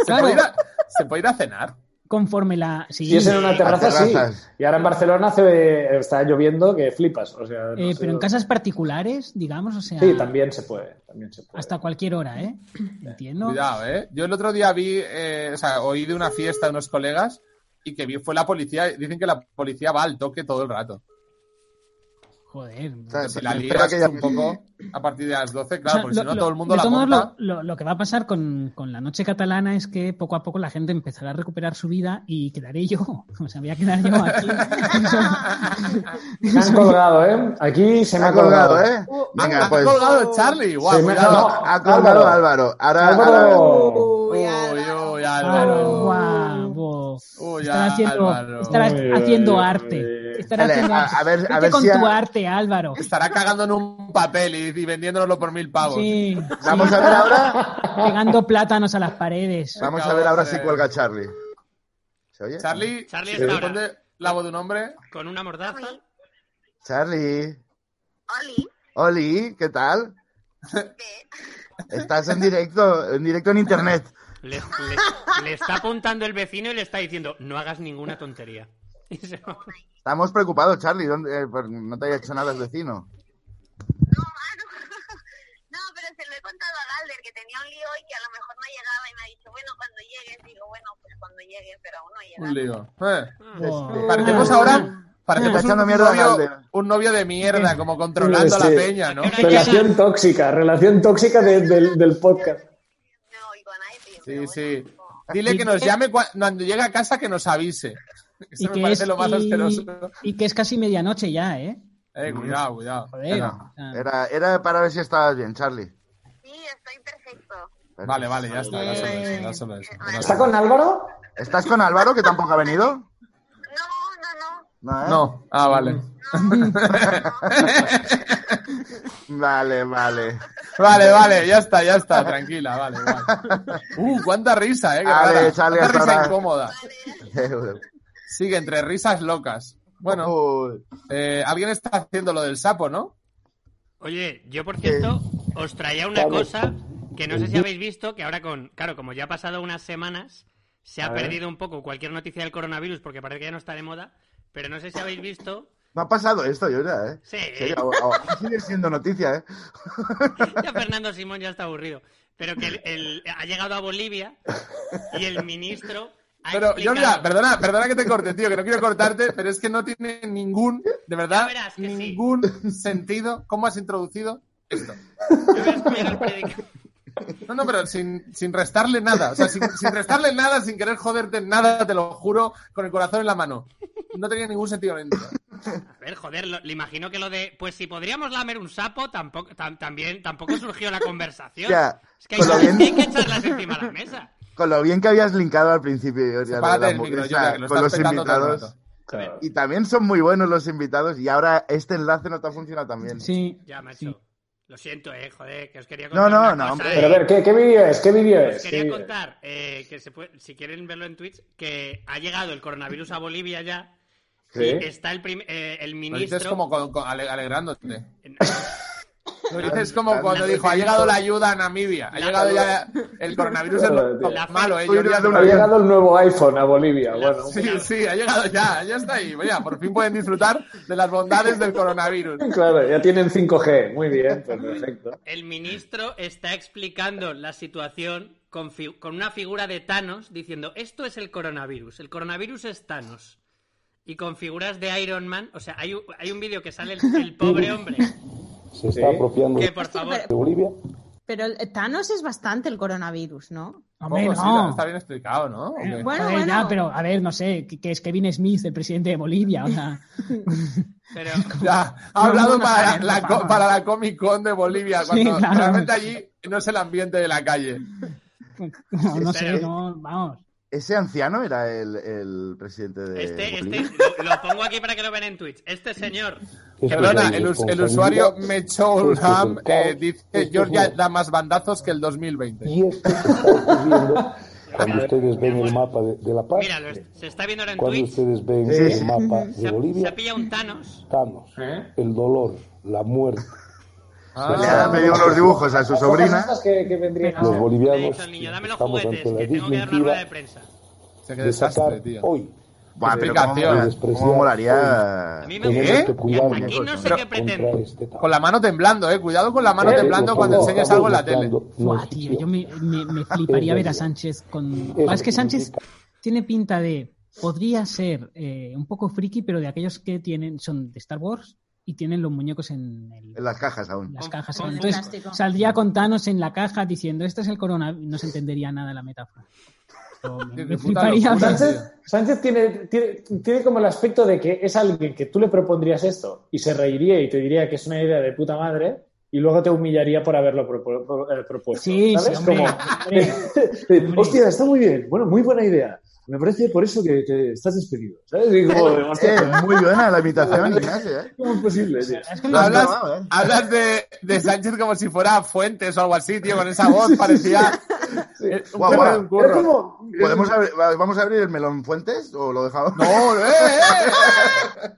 S1: ¿Se, puede ir a, se puede ir a cenar?
S5: Conforme la. sí,
S3: Si es en una
S5: eh,
S3: terraza,
S4: Las
S3: sí.
S4: terrazas.
S3: Y ahora en Barcelona hace, está lloviendo que flipas. O sea, no sé
S5: Eh, pero en
S3: dónde-
S5: casas particulares, digamos, o sea.
S3: Sí, también se puede. También se puede.
S5: Hasta cualquier hora, ¿eh? Entiendo.
S1: Cuidado, ¿eh? Yo el otro día vi, eh, o sea, oí de una fiesta de unos colegas y que vi fue la policía. Dicen que la policía va al toque todo el rato.
S5: Joder.
S4: O sea,
S1: Si la
S4: espero
S1: lías
S4: Ah, que ya-
S1: un poco a partir de las 12,
S5: O
S1: claro,
S5: sea,
S1: porque si
S5: lo-
S1: no
S5: lo-
S1: todo el mundo
S5: de
S1: la
S5: todos modos,
S1: monta.
S5: Lo, lo- lo que va a pasar con, con la noche catalana es que poco a poco la gente empezará a recuperar su vida y quedaré yo. O sea, voy a quedar yo aquí.
S3: Me han colgado, ¿eh? Aquí se
S4: Se
S3: me ha colgado.
S4: ¿eh? Venga,
S1: ha
S4: pues...
S1: colgado Charlie, guau,
S3: Se me-
S1: cuidado.
S3: no,
S4: Ha colgado Álvaro. Ahora, ahora-
S1: Oh,
S3: Álvaro.
S6: Uy,
S1: Uy,
S6: Álvaro.
S1: uy,
S5: Álvaro,
S1: Álvaro.
S5: Ah, Oh, guau.
S1: Uy,
S5: Estará haciendo,
S1: Álvaro.
S5: estará
S3: Uy,
S5: haciendo
S3: uy,
S5: arte.
S3: uy.
S5: Estará
S4: Dale,
S5: haciendo
S4: a-
S5: arte.
S4: a ver- a
S5: Vete
S4: ver
S5: con
S4: si
S5: tu
S4: a-
S5: arte, Álvaro.
S1: Estará cagando en un papel y, y vendiéndolo por mil pavos.
S5: Sí,
S4: Vamos a ver ahora...
S5: pegando plátanos a las paredes.
S4: Vamos a ver ahora si
S1: Eh,
S4: cuelga Charlie. ¿Se oye?
S1: Charlie,
S2: Charlie
S1: si
S2: está
S1: te
S2: ahora.
S1: responde la voz de un hombre.
S2: Con una mordaza.
S4: Charlie. Oli. Oli, ¿qué tal? Estás en directo, en directo en internet.
S2: Le, le- le está apuntando el vecino y le está diciendo, no hagas ninguna tontería. Y se va.
S4: Estamos preocupados, Charlie. ¿dónde- eh, por- no te haya hecho nada el vecino.
S7: No, mano. No, pero se lo he contado a Galder que tenía un lío y que a lo mejor no llegaba y me ha dicho, bueno, cuando llegues, digo, bueno, pues cuando llegue, pero aún no llega.
S1: Un lío. Eh.
S5: Buah.
S1: Parecemos
S5: Ah.
S1: ahora. Parecemos
S4: Está echando
S1: un,
S4: mierda a
S1: novio,
S4: Galder.
S1: un novio de mierda, como controlando a la
S3: Sí.
S1: peña, ¿no?
S2: ¿A qué hora
S3: Relación tóxica, relación tóxica de- del, del podcast.
S7: No oigo a nadie, pero
S1: Sí,
S7: bueno,
S1: sí.
S7: tampoco.
S1: Dile
S5: ¿Y
S1: que nos
S5: qué?
S1: llame cua- cuando llegue a casa que nos avise. Eso me parece lo más
S5: y-
S1: asqueroso.
S5: y que es casi medianoche ya, ¿eh?
S1: Eh,
S3: Mm.
S1: cuidado, cuidado.
S5: Joder.
S4: No,
S5: o sea,
S4: Era, era para ver si estabas bien, Charlie.
S7: Sí, estoy perfecto.
S1: Vale, vale, ya está. Era solo eso,
S6: Bien.
S1: era solo eso. Era
S3: ¿Está
S1: solo
S3: con Álvaro?
S4: ¿Estás con Álvaro, que tampoco ha venido?
S7: No, no, no.
S4: No,
S1: eso.
S4: ¿eh?
S1: No, ah, vale.
S4: Vale, vale.
S1: Vale, vale, ya está, ya está, tranquila, vale, vale. Uh, cuánta risa, eh. qué
S4: Vale,
S1: rara.
S4: sale
S1: Cuánta
S4: hasta
S1: risa
S4: ahora.
S1: incómoda. Sigue entre risas locas.
S5: Oh.
S1: Bueno,
S4: Uy,
S1: eh, alguien está haciendo lo del sapo, ¿no?
S2: Oye, yo por cierto, os traía una cosa que no sé si habéis visto, que ahora con, claro, como ya ha pasado unas semanas, se ha
S3: A ver.
S2: perdido un poco cualquier noticia del coronavirus porque parece que ya no está de moda, pero no sé si habéis visto,
S4: no ha pasado esto, yo ya, ¿eh?
S2: Sí.
S4: ahora- ahora sigue siendo noticia, ¿eh?
S2: ya Fernando Simón ya está aburrido, pero que el- el- ha llegado a Bolivia y el ministro ha
S1: Pero,
S2: explicado-
S1: Jordi, ah, perdona, perdona que te corte, tío, que no quiero cortarte, pero es que no tiene ningún, de
S2: Ya
S1: verdad,
S2: verás que sí.
S1: ningún sentido cómo has introducido esto.
S2: Yo voy a explicar el predica-
S1: No, no, pero sin, sin restarle nada. O sea, sin, sin restarle nada, sin querer joderte en nada, te lo juro, con el corazón en la mano. No tenía ningún sentido. dentro.
S2: A ver, joder, lo- le imagino que lo de, pues si podríamos lamer un sapo, tampoco, tam- también, tampoco surgió la conversación.
S4: Ya,
S2: es que hay
S4: con lo
S2: cosas
S4: bien-
S2: que hay que echarlas encima de la mesa.
S4: Con lo bien que habías linkado al principio, yo ya,
S1: Sepárate
S4: la
S1: del micro,
S4: hamburguesa
S1: Jordi, que lo
S4: con
S1: estás
S4: los
S1: petando todo el
S4: invitados.
S1: rato.
S4: Y también son muy buenos los invitados y ahora este enlace no te ha funcionado también.
S5: sí.
S2: Ya, macho. Lo siento, eh, joder, que os quería
S4: No,
S2: contar.
S4: no,
S2: una
S4: no,
S2: cosa,
S4: hombre.
S2: eh.
S3: Pero a ver, ¿qué, qué vídeo es? ¿Qué vídeo
S2: Os
S1: Pues
S3: es?
S2: quería
S3: Sí.
S2: contar, eh, que se puede- si quieren verlo en Twitch, que ha llegado el coronavirus a Bolivia ya.
S3: Sí.
S2: Y está el, prim- eh, el
S1: Lo dices
S2: ministro.
S1: como con- con- ale- alegrándote.
S2: No,
S1: Lo dices como cuando dijo, ha llegado la ayuda a Namibia. Ha llegado ya el coronavirus. Es lo- lo malo, eh, Jordi,
S4: Uy,
S3: Ha llegado el nuevo iPhone a Bolivia. Ah, Bueno,
S1: Sí, sí, ha llegado ya, ya está ahí. Vaya, por fin pueden disfrutar de las bondades del coronavirus.
S3: claro, ya tienen 5G. Muy bien, pues perfecto.
S2: El ministro está explicando la situación con, fi- con una figura de Thanos diciendo: Esto es el coronavirus. El coronavirus es Thanos. Y con figuras de Iron Man. O sea, hay, un- hay un vídeo que sale el, el pobre hombre
S8: se está
S3: Sí.
S8: apropiando
S2: Que por
S6: Hostia,
S2: favor.
S8: de Bolivia.
S6: Pero el Thanos es bastante el coronavirus, ¿no?
S5: Hombre,
S1: Ojo, sí,
S5: no. Eh,
S1: está bien explicado, ¿no? ¿O qué?
S6: Bueno,
S5: Joder, ya,
S6: bueno.
S5: pero a ver, no sé, que, que es Kevin Smith, el presidente de Bolivia. O sea,
S2: Pero,
S1: Ya, ha hablado
S5: No, no, no,
S1: para
S5: no,
S1: la,
S5: no,
S1: co-
S5: no.
S1: para la Comic Con de Bolivia,
S5: Sí,
S1: cuando
S5: claro.
S1: realmente allí no es el ambiente de la calle.
S5: no, no
S2: Pero-
S5: sé, no, vamos.
S4: Ese anciano era el, el presidente de
S2: este,
S4: Bolivia.
S2: este, lo, lo pongo aquí para que lo vean en Twitch. Este señor.
S8: Esto es
S1: Perdona,
S8: la
S1: el, us- el
S8: irresponsabilidad
S1: usuario Mechoulham
S8: Esto es el caos. Esto
S1: eh, dice
S8: es
S1: Georgia
S8: lo-
S1: da más bandazos que el 2020.
S8: Y
S3: ¿Eh?
S8: esto se está ocurriendo cuando
S2: Mira,
S8: ustedes ven
S2: mira,
S8: el mapa de, de La Paz,
S2: Mira, lo es- se está viendo ahora en
S8: cuando
S2: Twitch. Se
S8: ustedes ven
S4: Sí.
S8: el mapa de
S2: ha, se ha
S8: Bolivia,
S2: pillado un Thanos.
S8: Thanos,
S3: ¿Eh?
S8: el dolor, la muerte.
S4: Le
S1: Ah,
S4: ha pedido unos dibujos a su sobrina.
S3: Estas que, que vendrían.
S8: Los
S2: Le ha
S8: bolivianos
S2: dicho al niño, dame los
S8: estamos
S2: juguetes,
S8: ante la
S2: que tengo que dar una rueda de
S8: disyuntiva
S2: prensa.
S1: o sea, qué
S8: de
S1: desastre,
S8: sacar
S1: tío.
S8: hoy.
S4: Buah, pero cómo,
S1: Explicación.
S4: mola- cómo molaría.
S2: A mí me
S8: Tenemos
S1: ¿Eh?
S8: que cuidarnos
S2: Aquí no sé
S4: Pero-
S2: qué
S8: contra
S2: pretende.
S8: este tal.
S1: Con la mano temblando, eh. Cuidado con la mano
S8: Porque
S1: temblando cuando
S8: nosotros
S1: enseñas algo en la
S8: estamos
S1: tele.
S8: mezclando
S5: Buah,
S8: nuestros
S5: tío, yo me, me- me fliparía ver a Sánchez con.
S8: Eso
S5: Es que Sánchez
S8: significa-
S5: tiene pinta de. Podría ser eh, un poco friki, pero de aquellos que tienen son de Star Wars y tienen los muñecos en, el-
S4: En las cajas aún.
S5: las
S2: Con-
S5: cajas.
S2: con
S5: Entonces
S6: plástico.
S5: saldría con Thanos en la caja diciendo: Este es el coronavirus. No se entendería nada la metáfora. Pero me-
S1: Tío, qué
S5: me
S1: puta
S5: fliparía
S1: locura,
S5: ver-
S1: tío.
S3: Sánchez, Sánchez tiene, tiene, tiene como el aspecto de que es alguien que tú le propondrías esto y se reiría y te diría que es una idea de puta madre y luego te humillaría por haberlo propu- pro- eh, propuesto.
S5: Sí, sí,
S3: ¿sabes?
S5: hombre,
S3: Como,
S5: hombre.
S3: eh, Hostia, está muy bien. Bueno, muy buena idea. Me parece por eso que, que estás despedido. ¿Sabes? Y como, hostia,
S4: Eh, muy buena la imitación, Ignacio. ¿eh?
S3: ¿cómo es posible? tío?
S5: Es que
S4: Lo has
S1: Hablas,
S4: grabado, ¿eh?
S1: hablas de, de Sánchez como si fuera Fuentes o algo así, tío, con esa voz parecía eh, un
S4: Guau,
S1: perro
S4: guau.
S1: de un
S3: Era
S1: curro.
S3: como-
S4: ¿Podemos abrir- ¿Vamos a abrir el melón Fuentes o lo dejamos?
S1: No, eh, eh, eh.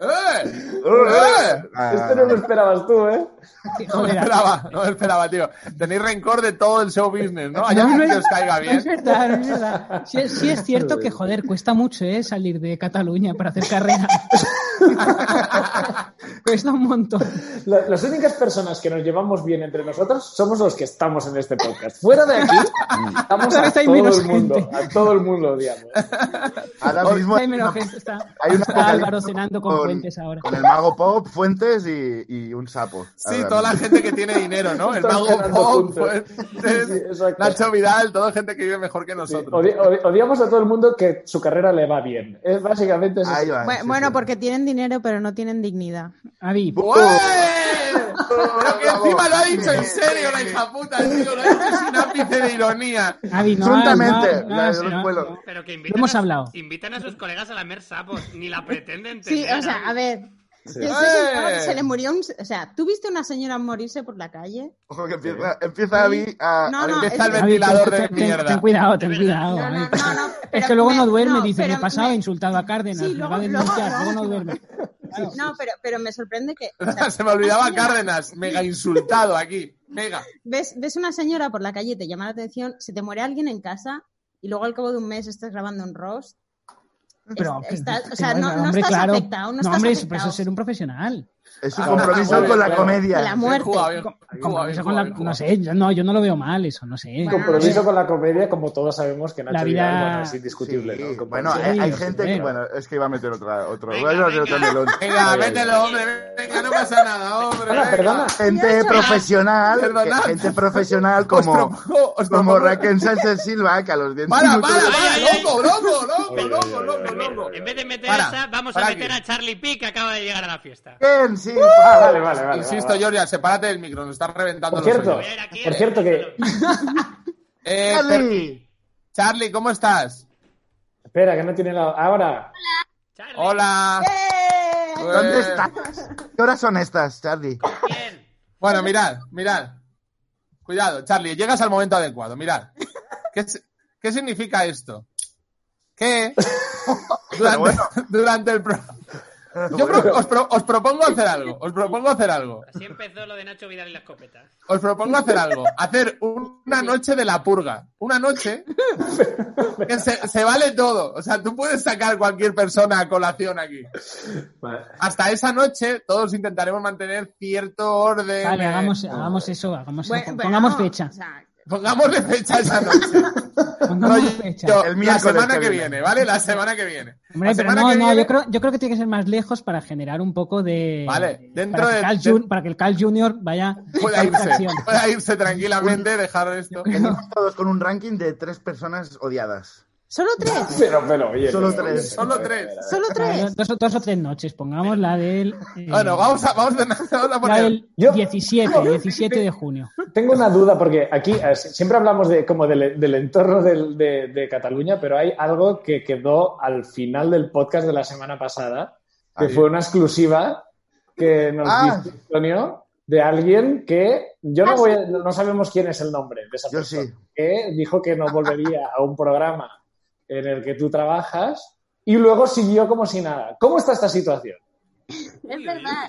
S1: Eh, eh.
S4: Ah,
S3: Esto no lo esperabas tú, ¿eh?
S1: No me esperaba, no me esperaba, tío. Tenéis rencor de todo el show business, ¿no? Allá donde os caiga
S5: No es
S1: bien.
S5: verdad, no es verdad. Sí, sí es cierto que, joder, cuesta mucho ¿eh? salir de Cataluña para hacer carrera. cuesta un montón.
S3: La- las únicas personas que nos llevamos bien entre nosotros somos los que estamos en este podcast. Fuera de aquí, estamos a
S5: Cada vez hay
S3: todo
S5: menos
S3: el mundo.
S5: gente.
S3: A todo el mundo odiamos.
S4: Ah, ahora mismo
S5: Ay, me enojé, está,
S4: Hay un
S5: está Álvaro
S4: apocalipsis
S5: cenando con, puentes ahora.
S4: con el mago Pop, Fuentes y, y un sapo.
S1: Sí,
S4: Ahora
S1: toda la
S4: mismo.
S1: gente que tiene dinero, ¿no? El
S3: Todos
S1: mago
S3: ganando
S1: Pop,
S3: juntos.
S1: Fuentes,
S3: Sí, sí, exacto.
S1: Nacho Vidal, toda gente que vive mejor que
S3: Sí,
S1: nosotros.
S3: odi- odi- odiamos a todo el mundo que su carrera le va bien. Es básicamente es
S4: Ahí va,
S6: Bueno,
S4: Ah, sí,
S6: bueno,
S4: sí.
S6: porque tienen dinero, pero no tienen dignidad.
S5: Avi,
S1: ¡Ué!
S4: ¡Oh!
S1: Pero que encima lo ha dicho en serio la hija puta, tío. Lo ha dicho sin ápice de ironía.
S5: Avi, no,
S4: Absolutamente,
S5: no, no,
S4: la de
S5: no,
S4: los
S5: no,
S4: vuelos.
S5: no.
S2: Pero que
S5: Lo
S2: invitan,
S5: hemos
S2: a,
S5: hablado.
S2: invitan a sus colegas a lamer sapos, ni la pretenden
S6: Sí, o sea, a ver. que ese señor
S1: ¡Eh!
S6: se le murió un... O sea, ¿tú viste una señora morirse por la calle?
S4: Ojo que empieza, empieza Abby a...
S6: No, no,
S1: Empieza el
S6: es-
S5: Avi,
S1: ventilador
S5: ten-
S1: de
S5: ten- ten,
S1: mierda.
S5: cuidado, ten cuidado.
S6: No, no,
S5: Avi.
S6: no, no,
S5: es
S6: pero
S5: que luego
S6: me-
S5: no duerme,
S6: no,
S5: dice, me
S6: pero
S5: he pasado,
S6: me-
S5: he insultado a Cárdenas,
S6: Sí,
S5: me
S6: luego-
S5: va a denunciar,
S6: luego-
S5: luego no duerme.
S6: No, pero, pero me sorprende que... o sea,
S1: Se me olvidaba
S6: una señora-
S1: Cárdenas, mega insultado aquí. Mega.
S6: ves, ves una señora por la calle, te llama la atención, se te muere alguien en casa y luego al cabo de un mes estás grabando un roast.
S5: Pero,
S6: Es- estás-
S5: que-
S6: o sea,
S5: que-
S6: no, no
S5: hombre,
S6: estás
S5: claro.
S6: afectado, no,
S5: No,
S6: estás
S5: hombre, eso- pero
S6: afectado.
S5: eso es ser un profesional.
S4: Es su
S1: Ah,
S4: compromiso
S1: claro,
S4: con la
S1: claro.
S4: comedia.
S6: De la muerte.
S1: Jugado bien, jugado bien,
S5: Compromiso con
S1: jugado
S5: la,
S1: bien,
S5: no
S1: jugado.
S5: sé, yo no, yo no lo veo mal eso, no sé.
S6: Bueno,
S3: compromiso con la comedia, como todos sabemos que Nacho
S5: La vida-
S3: Vidal, bueno, es
S4: Sí,
S3: indiscutible. ¿no? Compromiso.
S4: Bueno,
S5: Sí,
S4: hay, hay
S5: lo
S4: gente que...
S5: primero.
S4: Bueno, es que iba a meter otra, otro...
S2: Venga,
S4: bueno,
S2: venga.
S4: otro melón.
S1: Venga,
S4: Ay, ay, ay.
S1: mételo, hombre. Venga, no pasa nada, hombre.
S3: Perdona,
S1: venga.
S3: perdona.
S4: Gente profesional,
S1: Perdonad.
S4: gente profesional
S1: Os
S4: como,
S1: propongo- os
S4: como
S1: propongo-
S4: Raquel Sánchez Silva, que a los 10
S1: Para, para,
S4: minutos-
S1: para,
S2: Ay, ay,
S1: loco, loco, loco,
S8: Ay,
S1: loco,
S8: ay,
S1: loco,
S8: ay,
S1: loco.
S8: ay,
S2: En vez de meter
S1: Para,
S2: a esa, vamos
S1: para
S2: a meter
S1: aquí.
S2: a Charlie P, que acaba de llegar a la fiesta.
S4: Bien,
S1: Uh,
S4: sí,
S3: Ah,
S4: va.
S3: vale, vale, vale.
S1: Insisto,
S3: vale.
S1: Georgia, sepárate del micro, nos está reventando
S3: Por
S1: los
S3: cierto,
S1: oídos.
S2: Era aquí,
S3: por
S2: era
S3: cierto
S2: aquí,
S3: que...
S1: Eh,
S4: Charlie.
S1: per- Charlie, ¿cómo estás?
S3: Espera, que no tiene la... Ahora,
S2: Charlie,
S1: Hola.
S6: ¡Eh!
S1: Pues-
S4: ¿Dónde estás? ¿Qué horas son estas, Charlie?
S2: bien.
S1: Bueno, mirad, mirad. Cuidado, Charlie, llegas al momento adecuado, mirad. ¿Qué, si- qué significa esto? Que durante,
S4: bueno.
S1: durante el pro- Yo pro- os, pro- os propongo hacer algo, os propongo hacer algo,
S2: Así empezó lo de Nacho Vidal y la escopeta.
S1: os propongo hacer algo, hacer un- una noche de la purga, una noche que se, se vale todo, o sea, tú puedes sacar cualquier persona a colación aquí. Hasta esa noche todos intentaremos mantener cierto orden.
S5: Vale,
S1: eh,
S5: hagamos, hagamos eso, hagamos
S6: Bueno,
S5: pon-
S6: bueno,
S5: pongamos
S6: no,
S5: fecha.
S6: o sea,
S1: Pongámosle fecha a esa noche.
S5: Pongamos
S1: Rollo,
S5: fecha.
S4: El
S1: la
S4: miércoles
S1: semana
S4: que
S1: que
S4: viene.
S1: viene, ¿vale? La semana que viene.
S5: Hombre,
S1: la
S5: pero
S1: semana
S5: no,
S1: que
S5: no,
S1: viene-
S5: yo creo, yo creo que tiene que ser más lejos para generar un poco de.
S1: Vale, dentro
S5: para que
S1: de-
S5: Carl
S1: de-
S5: Jun- para que el Carl Junior vaya.
S1: Pueda irse,
S5: Satisfacción.
S1: pueda irse tranquilamente, dejar esto.
S4: Venimos todos con un ranking de tres personas odiadas.
S6: Solo tres,
S3: Pero, pero, oye.
S4: Solo
S3: pero,
S4: tres.
S3: oye,
S1: Solo
S3: pero,
S1: tres.
S3: pero,
S6: solo tres.
S5: Dos, o- dos o tres noches, pongamos la del. eh,
S1: Bueno, vamos a, vamos a, vamos a
S5: la
S1: poner.
S5: del
S3: Yo-
S5: 17, 17 de junio.
S3: pero, Tengo una duda porque aquí eh, siempre hablamos de, como del, del entorno del- de, de Cataluña, pero hay algo que quedó al final del podcast de la semana pasada, que
S4: Ahí.
S3: fue una exclusiva que nos
S4: Ah.
S3: dijo Antonio de alguien que yo
S6: Ah,
S3: no voy a- no sabemos quién es el nombre de esa
S4: Yo
S3: persona,
S4: sí.
S3: que dijo que no volvería a un programa en el que tú trabajas y luego siguió como si nada. ¿Cómo está esta situación?
S7: Es verdad.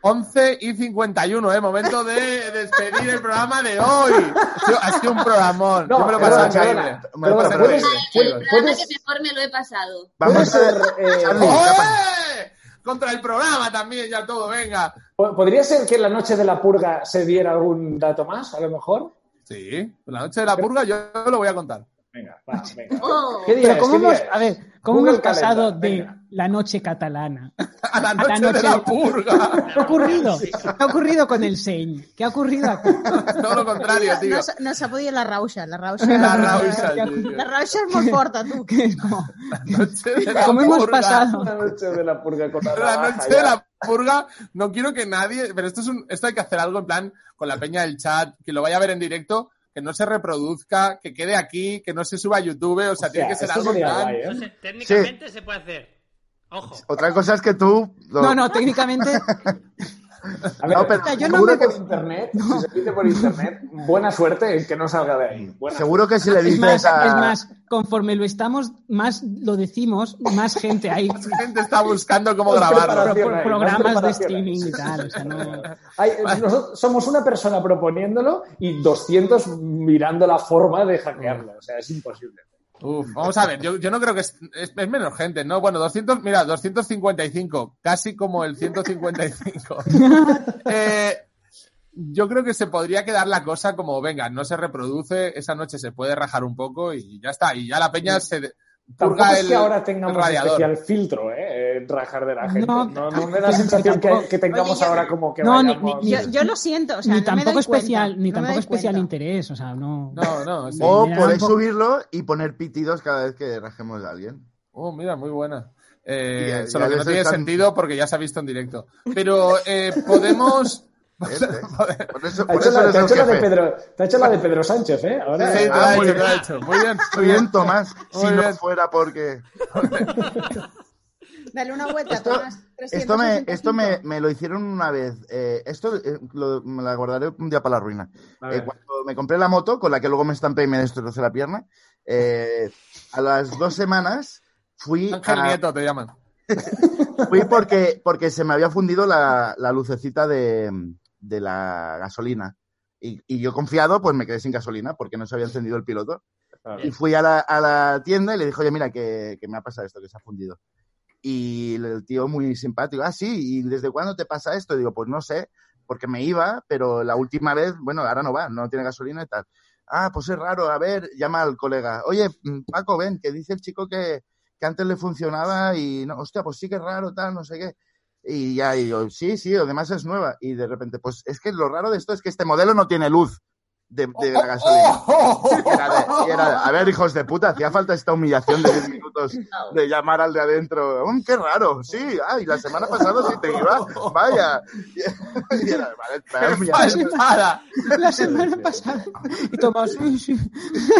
S1: 11 y 51, ¿eh? Momento de despedir el programa de hoy. Ha sido, ha sido un programón.
S3: No,
S1: Yo me lo he
S3: perdona,
S1: pasado
S3: perdona,
S1: increíble.
S4: Me lo
S3: perdona,
S4: pasé
S3: ¿puedes-
S4: increíble,
S7: El
S3: puedes-
S4: chicos.
S7: programa
S3: puedes-
S7: que mejor me lo he pasado.
S3: Puede
S4: Vamos a
S3: ser, eh,
S4: Charlie.
S1: ¡Joder! Contra el programa también, ya todo, venga.
S3: po- ¿Podría ser que en la noche de la purga se diera algún dato más, a lo mejor?
S1: Sí, la noche de la purga yo lo voy a contar.
S3: Venga, va, venga.
S7: Oh.
S3: ¿Qué día
S5: Pero
S3: es?
S5: ¿cómo
S3: ¿Qué día
S5: hemos,
S3: es?
S5: a ver, ¿cómo
S3: Google
S5: hemos pasado
S3: Calendar,
S5: de
S3: venga.
S5: la noche catalana?
S1: A la noche,
S5: noche
S1: de la
S5: de-
S1: purga.
S5: ¿Qué ha ocurrido? ¿Qué ha ocurrido con el Sein? ¿Qué ha ocurrido aquí?
S1: Todo lo contrario, tío.
S6: Nos, nos ha podido la rauxa, la rauxa.
S1: La rauxa, tío.
S6: La rauxa es muy corta, tú.
S5: Que es como,
S1: La noche de la
S5: ¿Cómo hemos
S1: purga.
S5: pasado?
S3: La noche de la purga con la
S1: la
S3: navaja,
S1: noche
S3: Ah, ya.
S1: de la purga, no quiero que nadie, pero esto es un, esto hay que hacer algo en plan con la peña del chat, que lo vaya a ver en directo, que no se reproduzca, que quede aquí, que no se suba a YouTube, o sea,
S3: Hostia,
S1: tiene que ser
S3: esto
S1: algo en
S3: sería
S1: plan.
S3: guay, ¿eh?
S2: No sé, técnicamente se puede hacer. Ojo.
S4: Otra cosa es que tú. lo-
S5: No, no, técnicamente
S3: A ver,
S4: No, pero
S3: o sea, yo no
S4: seguro
S3: me por
S4: que-
S3: internet, si se dice por internet, buena suerte en que no salga de ahí. Buena
S4: Seguro que si le
S5: es
S4: dices
S5: más,
S4: a.
S5: es más, conforme lo estamos, más lo decimos, más gente hay
S1: Más gente está buscando cómo
S3: Más
S1: grabarlo.
S3: preparación.
S5: pro-
S3: hay,
S5: programas
S3: más
S5: de
S3: preparación hay.
S5: streaming y tal. o sea, no-
S3: Hay- nosotros somos una persona proponiéndolo y 200 mirando la forma de
S5: Mm.
S3: hackearlo. O sea, es imposible.
S1: Uf, vamos a ver, yo, yo no creo que es, es- es menos gente, ¿no? Bueno, 200, mira, 255, casi como el 155. Eh, yo creo que se podría quedar la cosa como, venga, no se reproduce, esa noche se puede rajar un poco y ya está, y ya la peña se de-
S3: Tampoco
S1: purga
S3: pues es que
S1: el-
S3: ahora
S1: el
S3: tengamos este
S1: radiador.
S3: especial filtro, ¿eh? eh, Rajar de la
S5: No,
S3: gente. No, no, me da la
S5: tampoco-
S3: sensación que,
S5: tampoco-
S3: que tengamos
S6: Oye, yo-
S3: ahora como que
S5: No, ni-
S3: vayamos...
S5: ni-
S6: Yo, yo lo siento, o sea,
S5: ni
S6: no me
S5: tampoco
S6: doy
S5: especial,
S6: cuenta,
S5: ni
S6: no me
S5: tampoco
S6: doy
S5: especial
S6: cuenta.
S5: interés, o sea, no.
S1: No, no, sí.
S4: O
S5: Me da
S4: podéis
S5: un poco-
S4: subirlo y poner pitidos cada vez que rajemos a alguien.
S1: Oh, mira, muy buena. Eh,
S4: Ya, ya
S1: solo
S4: le
S1: que no
S4: estoy
S1: tiene
S4: dando-
S1: sentido porque ya se ha visto en directo. Pero eh, podemos...
S4: Este. Por eso,
S3: Ha
S4: por
S3: hecho
S4: eso
S3: la-
S4: eres
S3: Te ha
S4: el
S3: hecho la de
S4: jefe.
S3: Pedro- te ha hecho la de Pedro Sánchez, ¿eh?
S1: Sí,
S3: Ahora,
S1: te lo
S4: Ah,
S1: ha hecho,
S4: muy
S1: te
S4: bien.
S1: lo ha hecho. Muy bien.
S4: Muy bien, Tomás. Si
S1: Muy
S4: no
S1: bien.
S4: fuera porque.
S6: Dale una vuelta,
S4: Esto,
S6: Tomás.
S4: esto, me,
S6: 365.
S4: esto me, me lo hicieron una vez. Eh, esto eh, lo- me la guardaré un día para la ruina.
S3: A
S4: Eh,
S3: ver.
S4: cuando me compré la moto, con la que luego me estampé y me destrocé la pierna, eh, a las dos semanas fui,
S1: Ángel
S4: a-
S1: Nieto te llaman.
S4: fui porque, porque se me había fundido la, la lucecita de, de la gasolina. Y, y yo confiado, pues me quedé sin gasolina porque no se había encendido el piloto.
S3: Claro.
S4: Y fui a la, a la tienda y le dije, oye, mira, que, que me ha pasado esto, que se ha fundido. Y el tío muy simpático, ah, sí, ¿y desde cuándo te pasa esto? Y digo, pues no sé, porque me iba, pero la última vez, bueno, ahora no va, no tiene gasolina y tal. Ah, pues es raro, a ver, llama al colega. Oye, mm, Paco, ven, que dice el chico que, que antes le funcionaba y no, hostia, pues sí que es raro, tal, no sé qué. Y ya, y yo, sí, sí, además es nueva. Y de repente, pues es que lo raro de esto es que este modelo no tiene luz de, de la gasolina. Y era de- y era de- a ver, hijos de puta, hacía falta esta humillación de 10 minutos de llamar al de adentro. "Mm, ¡Qué raro! Sí, ay, la semana pasada sí te iba. Vaya. Y era, vale, vaya humillación.
S1: Espada.
S5: La semana pasada. Y Tomás, sí, sí.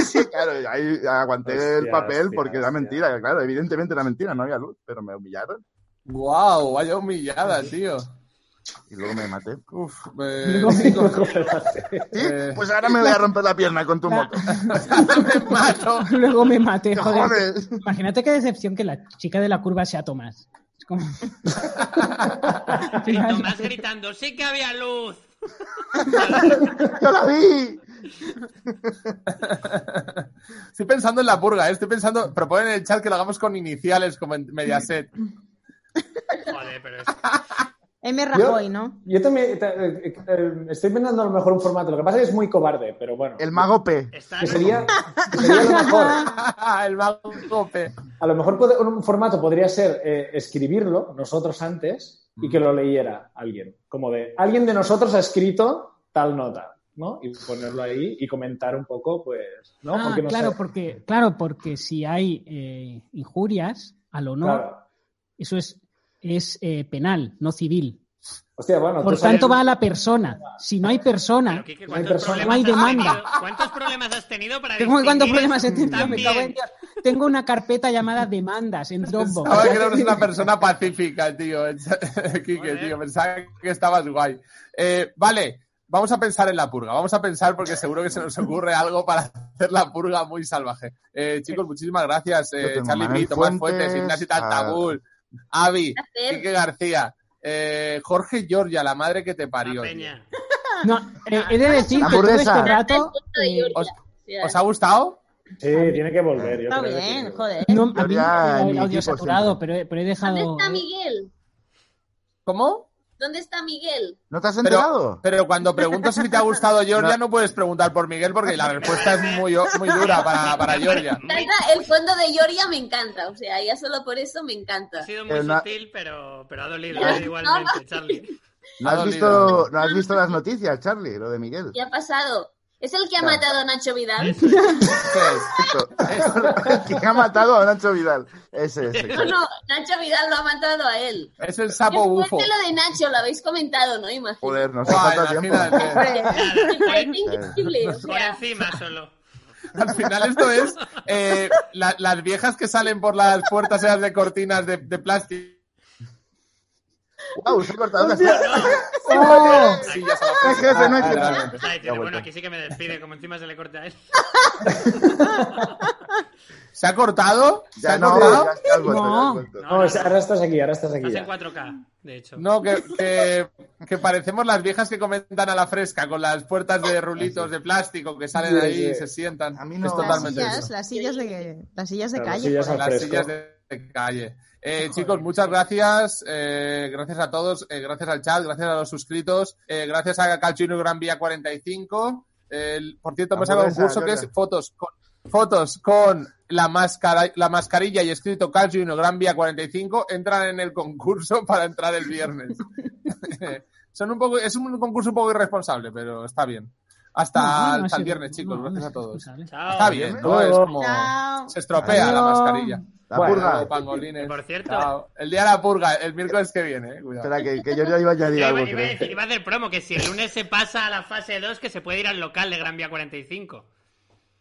S4: Sí, claro, y ahí aguanté el
S3: Hostia,
S4: papel
S3: hostia,
S4: porque era
S3: hostia.
S4: mentira. Claro, evidentemente era mentira, no había luz, pero me humillaron
S1: Guau, vaya humillada, tío.
S4: y luego me maté.
S1: Uf, eh,
S5: Luego-
S1: chicos,
S4: Sí,
S1: Eh.
S4: pues ahora me voy a romper la pierna con tu moto.
S1: me mato.
S5: Luego me maté, joder.
S4: Joder.
S5: Imagínate qué decepción que la chica de la curva sea Tomás. Es como. Al
S2: Y
S5: final-
S2: Tomás gritando, sí que había luz.
S4: ¡Yo la vi!
S1: Estoy pensando en la purga, eh, estoy pensando, proponen en el chat que lo hagamos con iniciales como en Mediaset.
S2: Joder, pero es...
S6: M. Em, Rajoy, ¿no?
S3: Yo también ta- eh, eh, estoy pensando a lo mejor un formato. Lo que pasa es que es muy cobarde, pero bueno.
S4: El mago P.
S2: Está-
S3: Que sería, que sería lo mejor.
S1: el mago tope.
S3: A lo mejor pod- un formato podría ser eh, escribirlo nosotros antes y que lo leyera alguien. Como de, alguien de nosotros ha escrito tal nota, ¿no? Y ponerlo ahí y comentar un poco, pues, ¿no?
S5: Ah,
S3: Porque no
S5: claro,
S3: sé.
S5: porque, claro, porque si hay eh, injurias al honor,
S3: Claro.
S5: eso es, es eh, penal, no civil.
S3: Hostia, bueno,
S5: Por
S3: tú sabes-
S5: tanto, va a la persona. Si no hay persona,
S2: Pero, Quique,
S3: No hay
S2: ¿cuántos
S3: persona.
S2: problemas
S5: No hay
S2: has
S5: demanda.
S2: tenido? ¿Cuántos problemas has tenido para
S5: Tengo- ¿cuántos
S2: distinguir
S5: problemas he tenido?
S2: tan
S5: Me cago en
S2: bien?
S5: Dios. Tengo una carpeta llamada demandas en Dropbox.
S1: Pensaba que eres una persona pacífica, tío. Quique,
S2: Joder.
S1: tío. Pensaba que estabas guay. Eh, vale, vamos a pensar en la purga. Vamos a pensar porque seguro que se nos ocurre algo para hacer la purga muy salvaje. Eh, chicos, muchísimas gracias.
S4: Yo
S1: Eh,
S4: tengo
S1: Charlie
S4: Manuel
S1: Brito, Tomás
S4: Fuentes,
S1: Fuentes, Ignacio
S4: a-
S1: Tantabul, Avi,
S7: Placer.
S1: Quique García, eh, Jorge Georgia, la madre que te parió.
S2: La
S1: tío.
S2: peña.
S5: No, eh, he de decir que todo
S4: Hamburguesa.
S5: este rato eh,
S7: Georgia.
S1: ¿os-
S7: Sí, dale.
S1: ¿Os ha gustado?
S3: Sí, tiene que volver. yo
S6: Está
S3: creo que tiene
S6: bien,
S3: que volver.
S6: joder.
S5: no, a mí me
S4: Teoría
S5: queda
S4: en
S5: el
S4: mi
S5: audio
S4: equipo
S5: saturado,
S4: siempre.
S5: pero, he- pero he
S7: ¿Dónde
S5: dejado.
S7: está Miguel?
S1: ¿Cómo?
S7: ¿Dónde está Miguel?
S4: ¿No te has
S1: Pero,
S4: enterado?
S1: pero cuando pregunto si te ha gustado Georgia, no. puedes preguntar por Miguel porque la respuesta es muy, muy dura para, para Georgia.
S2: Muy-
S7: Canta, el fondo de Georgia me encanta, o sea, ya solo por eso me encanta.
S2: Ha sido muy
S4: Eh, na-
S2: sutil, pero, pero ha dolido
S7: Ya.
S2: eh, igualmente, Charlie.
S4: ¿No
S1: ha
S4: has,
S1: dolido.
S4: visto, ¿No has visto las noticias, Charlie? Lo de Miguel.
S7: ¿Qué ha pasado? ¿Es el que ha
S4: Ya.
S7: matado a Nacho Vidal?
S2: Eso es.
S1: Eso es.
S4: Esto. ¿Quién ha matado a Nacho Vidal? Ese, ese.
S7: No, no, Nacho Vidal lo ha matado a él.
S1: Es el
S7: Qué
S1: sapo bufo.
S7: fuerte lo de Nacho, lo habéis comentado, ¿no? Imagino.
S4: Joder, nos ha
S1: Buah,
S4: faltado tiempo.
S1: imagínate.
S7: Hombre, me parece increíble, o
S2: Por
S7: sea,
S2: encima solo.
S1: Al final esto es eh, la- las viejas que salen por las puertas esas de cortinas de, de plástico.
S4: Wow, se ha cortado una
S5: ¡Oh!
S1: Sí, ya se la-
S4: jefe, no hay
S1: Ah,
S4: jefe.
S1: realmente.
S2: Está
S4: Ya ha
S2: diciendo,
S4: vuelto.
S2: bueno, aquí sí que me despide, como encima se le corta a él.
S1: ¿Se ha cortado? ¿Se
S4: Ya
S1: ha
S4: no,
S1: cortado?
S4: ya, ya has vuelto, ya has
S5: No.
S4: vuelto.
S3: No, es- ahora estás aquí, ahora estás aquí.
S2: Estás en
S3: Ya.
S2: 4K, de hecho.
S1: No, que, que, que parecemos las viejas que comentan a la fresca con las puertas de rulitos de plástico que salen
S3: Sí,
S1: ahí
S3: sí.
S1: y se sientan.
S4: A mí no-
S1: Es
S6: Las
S1: totalmente eso.
S6: sillas, las sillas de, las sillas de
S3: Claro,
S6: calle.
S5: Ah,
S3: sillas
S6: joder.
S3: al
S1: las
S3: fresco.
S1: sillas de de calle. Eh, chicos, muchas gracias. eh, gracias a todos. eh, gracias al chat. Gracias a los suscritos. eh, gracias a Calchino Gran Vía 45. el- por cierto, hemos sacado un
S4: Hamburguesa,
S1: curso que es
S4: Georgia.
S1: fotos con, fotos con la, máscara, la mascarilla y escrito Calchino Gran Vía 45. Entran en el concurso para entrar el viernes. Son un poco, es un concurso un poco irresponsable, pero está bien. Hasta,
S5: No, no, no,
S1: hasta el
S5: sí,
S1: viernes, chicos.
S5: no, no,
S1: gracias
S5: no,
S1: a todos.
S5: no, no, no.
S2: Chao.
S1: Está bien, ¿no? Es
S3: Luego.
S1: como...
S6: Chao.
S1: Se estropea la
S5: Adiós.
S1: mascarilla.
S4: La
S3: Bueno,
S4: purga.
S1: Luego, pangolines.
S2: Por cierto.
S1: Chao. el día de la purga, el miércoles que viene, eh, cuidado.
S4: Espera, que, que yo ya iba a añadir
S2: Ya iba,
S4: algo.
S2: iba a
S4: creo.
S2: decir- iba a hacer promo que si el lunes se pasa a la fase 2 que se puede ir al local de Gran Vía 45.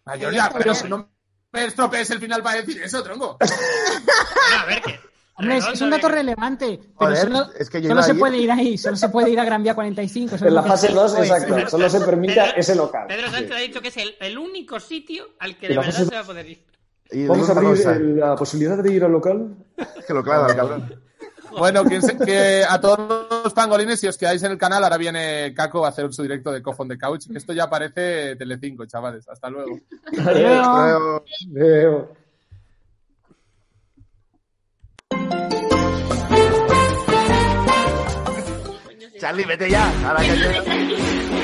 S1: Ay, Georgia, pero si no me estropees el final para decir eso, tronco.
S2: Bueno, a ver qué.
S5: Hombre, es, es un dato relevante, pero
S4: Joder,
S5: solo,
S4: es que yo
S5: solo
S4: iba
S5: se
S4: a ir.
S5: puede ir ahí, solo se puede ir a Gran Vía 45. eso es
S3: En la
S5: lo que-
S3: fase eh, 2, exacto. Solo se permite
S2: Pedro-
S3: ese local.
S2: Pedro Sánchez ha dicho que es el, el único sitio al que
S3: Y
S2: de
S3: la
S2: verdad
S3: fase-
S2: se va a poder ir.
S4: Y digo
S3: Vamos a
S4: una
S3: abrir
S4: cosa,
S3: eh, la posibilidad de ir al local.
S4: que lo clava el cabrón.
S1: Bueno, quien se- que a todos los pangolines, si os quedáis en el canal, ahora viene Caco a hacer su directo de Cofón de Couch. Esto ya parece Telecinco, chavales. Hasta luego.
S5: Adiós.
S1: Ah.
S4: Pero-
S3: Veo.
S4: Charlie, vete ya. Ahora que te-